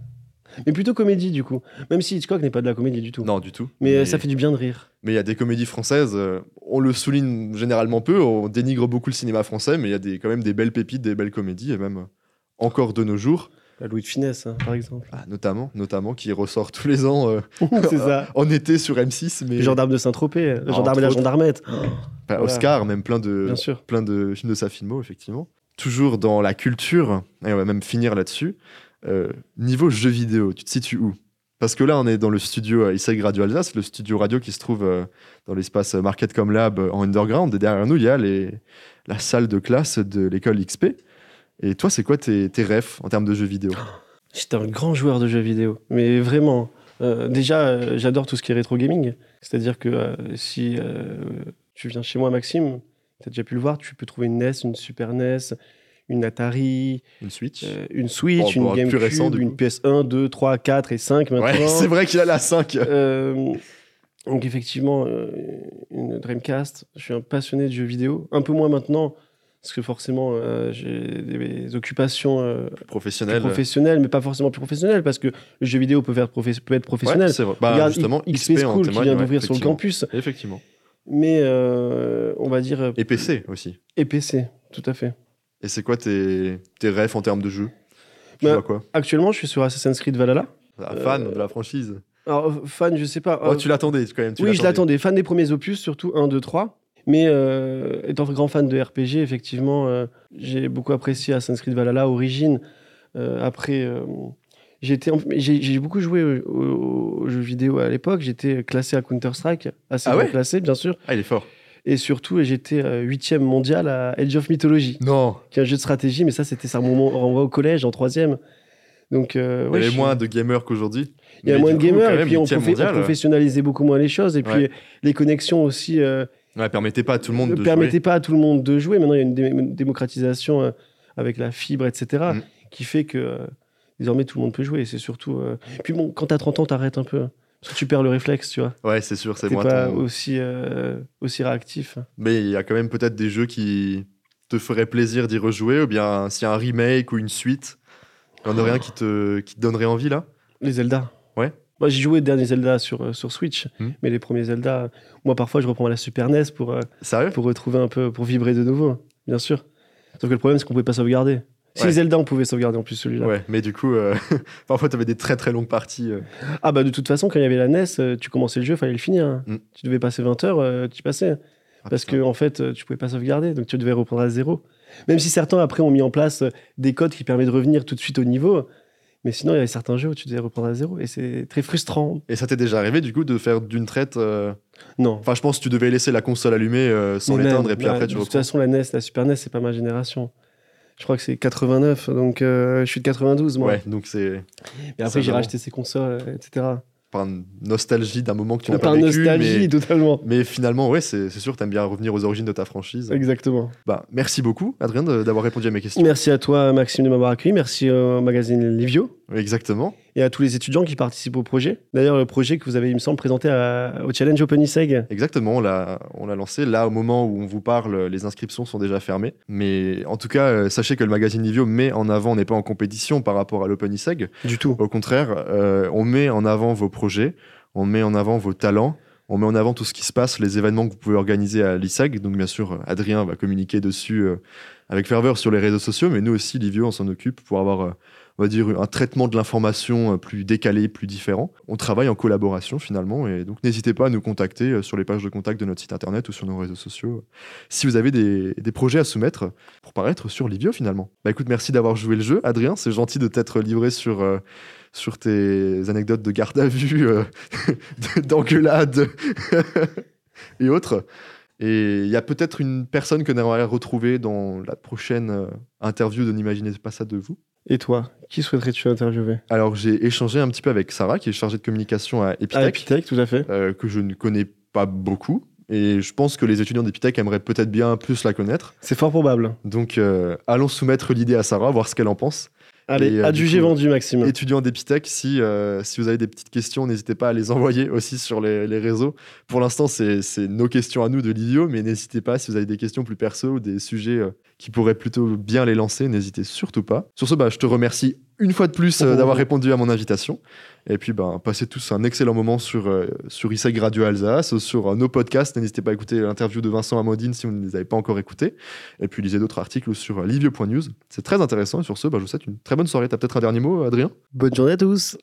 S1: Mais plutôt comédie, du coup. Même si Hitchcock n'est pas de la comédie du tout.
S2: Non, du tout.
S1: Mais, euh, ça fait du bien de rire.
S2: Mais il y a des comédies françaises, euh, on le souligne généralement peu, on dénigre beaucoup le cinéma français, mais il y a des, quand même des belles pépites, des belles comédies, et même euh, encore de nos jours,
S1: La Louis de Finesse, hein, par exemple.
S2: Ah, notamment, notamment qui ressort tous les ans euh,
S1: C'est ça.
S2: en été sur M6, mais
S1: Les gendarmes de Saint-Tropez,
S2: Ah,
S1: le gendarme et la
S2: entre autres. Ah. Euh.
S1: gendarmette.
S2: Enfin,
S1: Voilà.
S2: Oscar, même plein de,
S1: Bien sûr.
S2: plein de films de sa filmo, effectivement. Toujours dans la culture, et on va même finir là-dessus. euh, niveau jeux vidéo, tu te situes où Parce que là, on est dans le studio euh, ISEG Radio Alsace, le studio radio qui se trouve euh, dans l'espace euh, Marketcom Lab euh, en underground. Et derrière nous, il y a les, la salle de classe de l'école XP. Et toi, c'est quoi tes, tes refs en termes de jeux vidéo
S1: J'étais un grand joueur de jeux vidéo, mais vraiment. Euh, déjà, euh, j'adore tout ce qui est rétro gaming. C'est-à-dire que euh, si euh, tu viens chez moi, Maxime, tu as déjà pu le voir, tu peux trouver une NES, une E Super NES, une Atari,
S2: Une Switch.
S1: euh, une Switch,
S2: Bon,
S1: une
S2: bah, plus
S1: GameCube,
S2: récent, du
S1: une
S2: coup.
S1: PS1, 2, 3, 4 et 5 maintenant.
S2: ouais, c'est vrai qu'il a la 5. Oh.
S1: Euh, donc effectivement, euh, une Dreamcast. Je suis un passionné de jeux vidéo. Un peu moins maintenant, parce que forcément, euh, j'ai des occupations euh, plus
S2: Professionnel.
S1: professionnelles, mais pas forcément plus professionnelles, parce que le jeu vidéo peut, faire professe- peut être professionnel.
S2: Ouais, c'est vrai. Bah,
S1: Regarde,
S2: justement,
S1: I-
S2: XP en
S1: School qui
S2: témoigne.
S1: vient
S2: ouais,
S1: d'ouvrir sur le
S2: effectivement.
S1: campus,
S2: Effectivement.
S1: mais euh, on va dire euh,
S2: Et PC aussi.
S1: et PC, tout à fait.
S2: Et c'est quoi tes, tes refs en termes de jeu Tu
S1: Bah,
S2: vois quoi
S1: Actuellement, je suis sur Assassin's Creed Valhalla.
S2: Ah,
S1: euh,
S2: Fan de la franchise.
S1: Alors, fan, je sais pas.
S2: Oh,
S1: euh,
S2: tu l'attendais quand même. tu
S1: oui, je l'attendais. Fan des premiers opus, surtout 1, 2, 3. Mais euh, étant grand fan de RPG, effectivement, euh, j'ai beaucoup apprécié Assassin's Creed Valhalla, Origin. Euh, après, euh, j'ai été en- j'ai j'ai beaucoup joué au- au- aux jeux vidéo à l'époque. J'étais classé à Counter-Strike, assez
S2: Ah
S1: bien
S2: ouais
S1: classé, bien sûr.
S2: Ah, il est fort.
S1: Et surtout, j'étais euh, huitième mondial à Age of Mythology,
S2: Non.
S1: qui est un jeu de stratégie, mais ça, c'était ça mon moment- renvoi au collège, en troisième. Donc, euh, ouais,
S2: il y
S1: je
S2: avait
S1: suis-
S2: moins de gamers qu'aujourd'hui.
S1: il y a
S2: Mais
S1: moins de
S2: du coup, quand
S1: gamers, et
S2: même,
S1: puis on,
S2: huitième
S1: profi- on
S2: mondial, euh.
S1: professionnalisait beaucoup moins les choses, et puis
S2: Ouais.
S1: les connexions aussi euh,
S2: Ouais, permettait pas à tout le monde
S1: ne
S2: de
S1: permettaient pas à tout le monde de jouer. Maintenant, il y a une dé- démocratisation euh, avec la fibre, etc.,
S2: Mm.
S1: qui fait que euh, désormais tout le monde peut jouer. Et c'est surtout. euh, Puis bon, quand t'as 30 ans, t'arrêtes un peu. hein, Parce que tu perds le réflexe, tu vois.
S2: jouer. Ouais, c'est sûr, c'est
S1: T'es
S2: moins
S1: pas
S2: ton-
S1: aussi, euh, aussi réactif. hein.
S2: Mais il y a quand même peut-être des jeux qui te feraient plaisir d'y rejouer, ou bien s'il y a un remake ou une suite, il y en aurait un qui te, qui te donnerait envie là
S1: Les Zelda.
S2: Ouais.
S1: Moi, j'ai joué les derniers Zelda sur, euh, sur Switch,
S2: Mm.
S1: mais les premiers Zelda, euh, moi, parfois, je reprends la Super NES pour, euh,
S2: Sérieux
S1: pour retrouver un peu, pour vibrer de nouveau, hein, bien sûr. Sauf que le problème, c'est qu'on pouvait pas sauvegarder. Si
S2: Ouais.
S1: les Zelda, on pouvait sauvegarder en plus celui-là.
S2: Ouais, mais du coup, euh, parfois t'avais des très très longues parties. euh.
S1: Ah bah de toute façon, quand il y avait la NES, euh, tu commençais le jeu, fallait le finir. hein.
S2: Mm.
S1: Tu devais passer 20 heures, euh, tu y passais.
S2: Ah,
S1: parce
S2: putain.
S1: que en fait, euh, tu pouvais pas sauvegarder, donc tu devais reprendre à zéro. Même si certains après ont mis en place euh, des codes qui permettent de revenir tout de suite au niveau, mais sinon il y avait certains jeux où tu devais reprendre à zéro et c'est très frustrant.
S2: Et ça t'est déjà arrivé du coup de faire d'une traite. euh,
S1: Non.
S2: Enfin, je pense que tu devais laisser la console allumée euh, sans
S1: Mais
S2: l'éteindre
S1: même, bah,
S2: et puis
S1: la-
S2: après tu
S1: De toute
S2: reprends.
S1: façon, la NES, la Super NES, c'est pas ma génération. Je crois que c'est 89, donc euh, je suis de 92 moi.
S2: Ouais, donc c'est
S1: Et
S2: ça,
S1: après j'ai
S2: vraiment.
S1: racheté ces consoles, euh, etc.
S2: par nostalgie d'un moment que tu n'as
S1: Par
S2: pas vécu.
S1: nostalgie
S2: mais-
S1: totalement.
S2: Mais finalement, ouais, c'est c'est sûr, t'aimes bien revenir aux origines de ta franchise.
S1: Exactement.
S2: Bah, merci beaucoup, Adrien, de- d'avoir répondu à mes questions.
S1: Merci à toi, Maxime, de m'avoir accueilli. Merci au magazine Livio
S2: Exactement.
S1: et à tous les étudiants qui participent au projet. D'ailleurs, le projet que vous avez, il me semble, présenté à- au Challenge Open ISEG.
S2: Exactement, on l'a on l'a lancé. Là, au moment où on vous parle, les inscriptions sont déjà fermées. Mais en tout cas, euh, sachez que le magazine Livio met en avant, on n'est pas en compétition par rapport à l'Open ISEG.
S1: Du tout.
S2: Au contraire, euh, on met en avant vos projets, on met en avant vos talents, on met en avant tout ce qui se passe, les événements que vous pouvez organiser à l'ISAG. Donc, bien sûr, euh, Adrien va communiquer dessus euh, avec ferveur sur les réseaux sociaux, mais nous aussi, Livio, on s'en occupe pour avoir, euh, on va dire, un traitement de l'information euh, plus décalé, plus différent. On travaille en collaboration finalement, et donc n'hésitez pas à nous contacter euh, sur les pages de contact de notre site internet ou sur nos réseaux sociaux euh, si vous avez des, des projets à soumettre pour paraître sur Livio finalement. Bah écoute, merci d'avoir joué le jeu, Adrien. C'est gentil de t'être livré sur. euh, sur tes anecdotes de garde à vue, euh, de- d'engueulade et autres. Et il y a peut-être une personne que j'aimerais retrouver dans la prochaine euh, interview de N'imaginez pas ça de vous.
S1: Et toi, qui souhaiterais-tu interviewer
S2: Alors j'ai échangé un petit peu avec Sarah, qui est chargée de communication à Epitech,
S1: Ah, Epitech, tout à fait.
S2: euh, que je ne connais pas beaucoup. Et je pense que les étudiants d'Epitech aimeraient peut-être bien plus la connaître.
S1: C'est fort probable.
S2: Donc euh, allons soumettre l'idée à Sarah, voir ce qu'elle en pense.
S1: Allez,
S2: Et, euh,
S1: adjugé
S2: du coup,
S1: vendu, Maxime.
S2: étudiants d'Epitech, si, euh, si vous avez des petites questions, n'hésitez pas à les envoyer aussi sur les, les réseaux. Pour l'instant, c'est c'est nos questions à nous de l'idiot, mais n'hésitez pas si vous avez des questions plus perso ou des sujets euh, qui pourraient plutôt bien les lancer, n'hésitez surtout pas. Sur ce, bah, je te remercie une fois de plus euh,
S1: Oh.
S2: d'avoir répondu à mon invitation. Et puis, ben passez tous un excellent moment sur, euh, sur ISEG Radio Alsace, sur euh, nos podcasts. N'hésitez pas à écouter l'interview de Vincent Amodine si vous ne les avez pas encore écoutés. Et puis, lisez d'autres articles sur euh, livio.news. C'est très euh, intéressant. Et sur ce, bah, je vous souhaite une très bonne soirée. Tu as peut-être un dernier mot, Adrien
S1: Bonne journée à tous.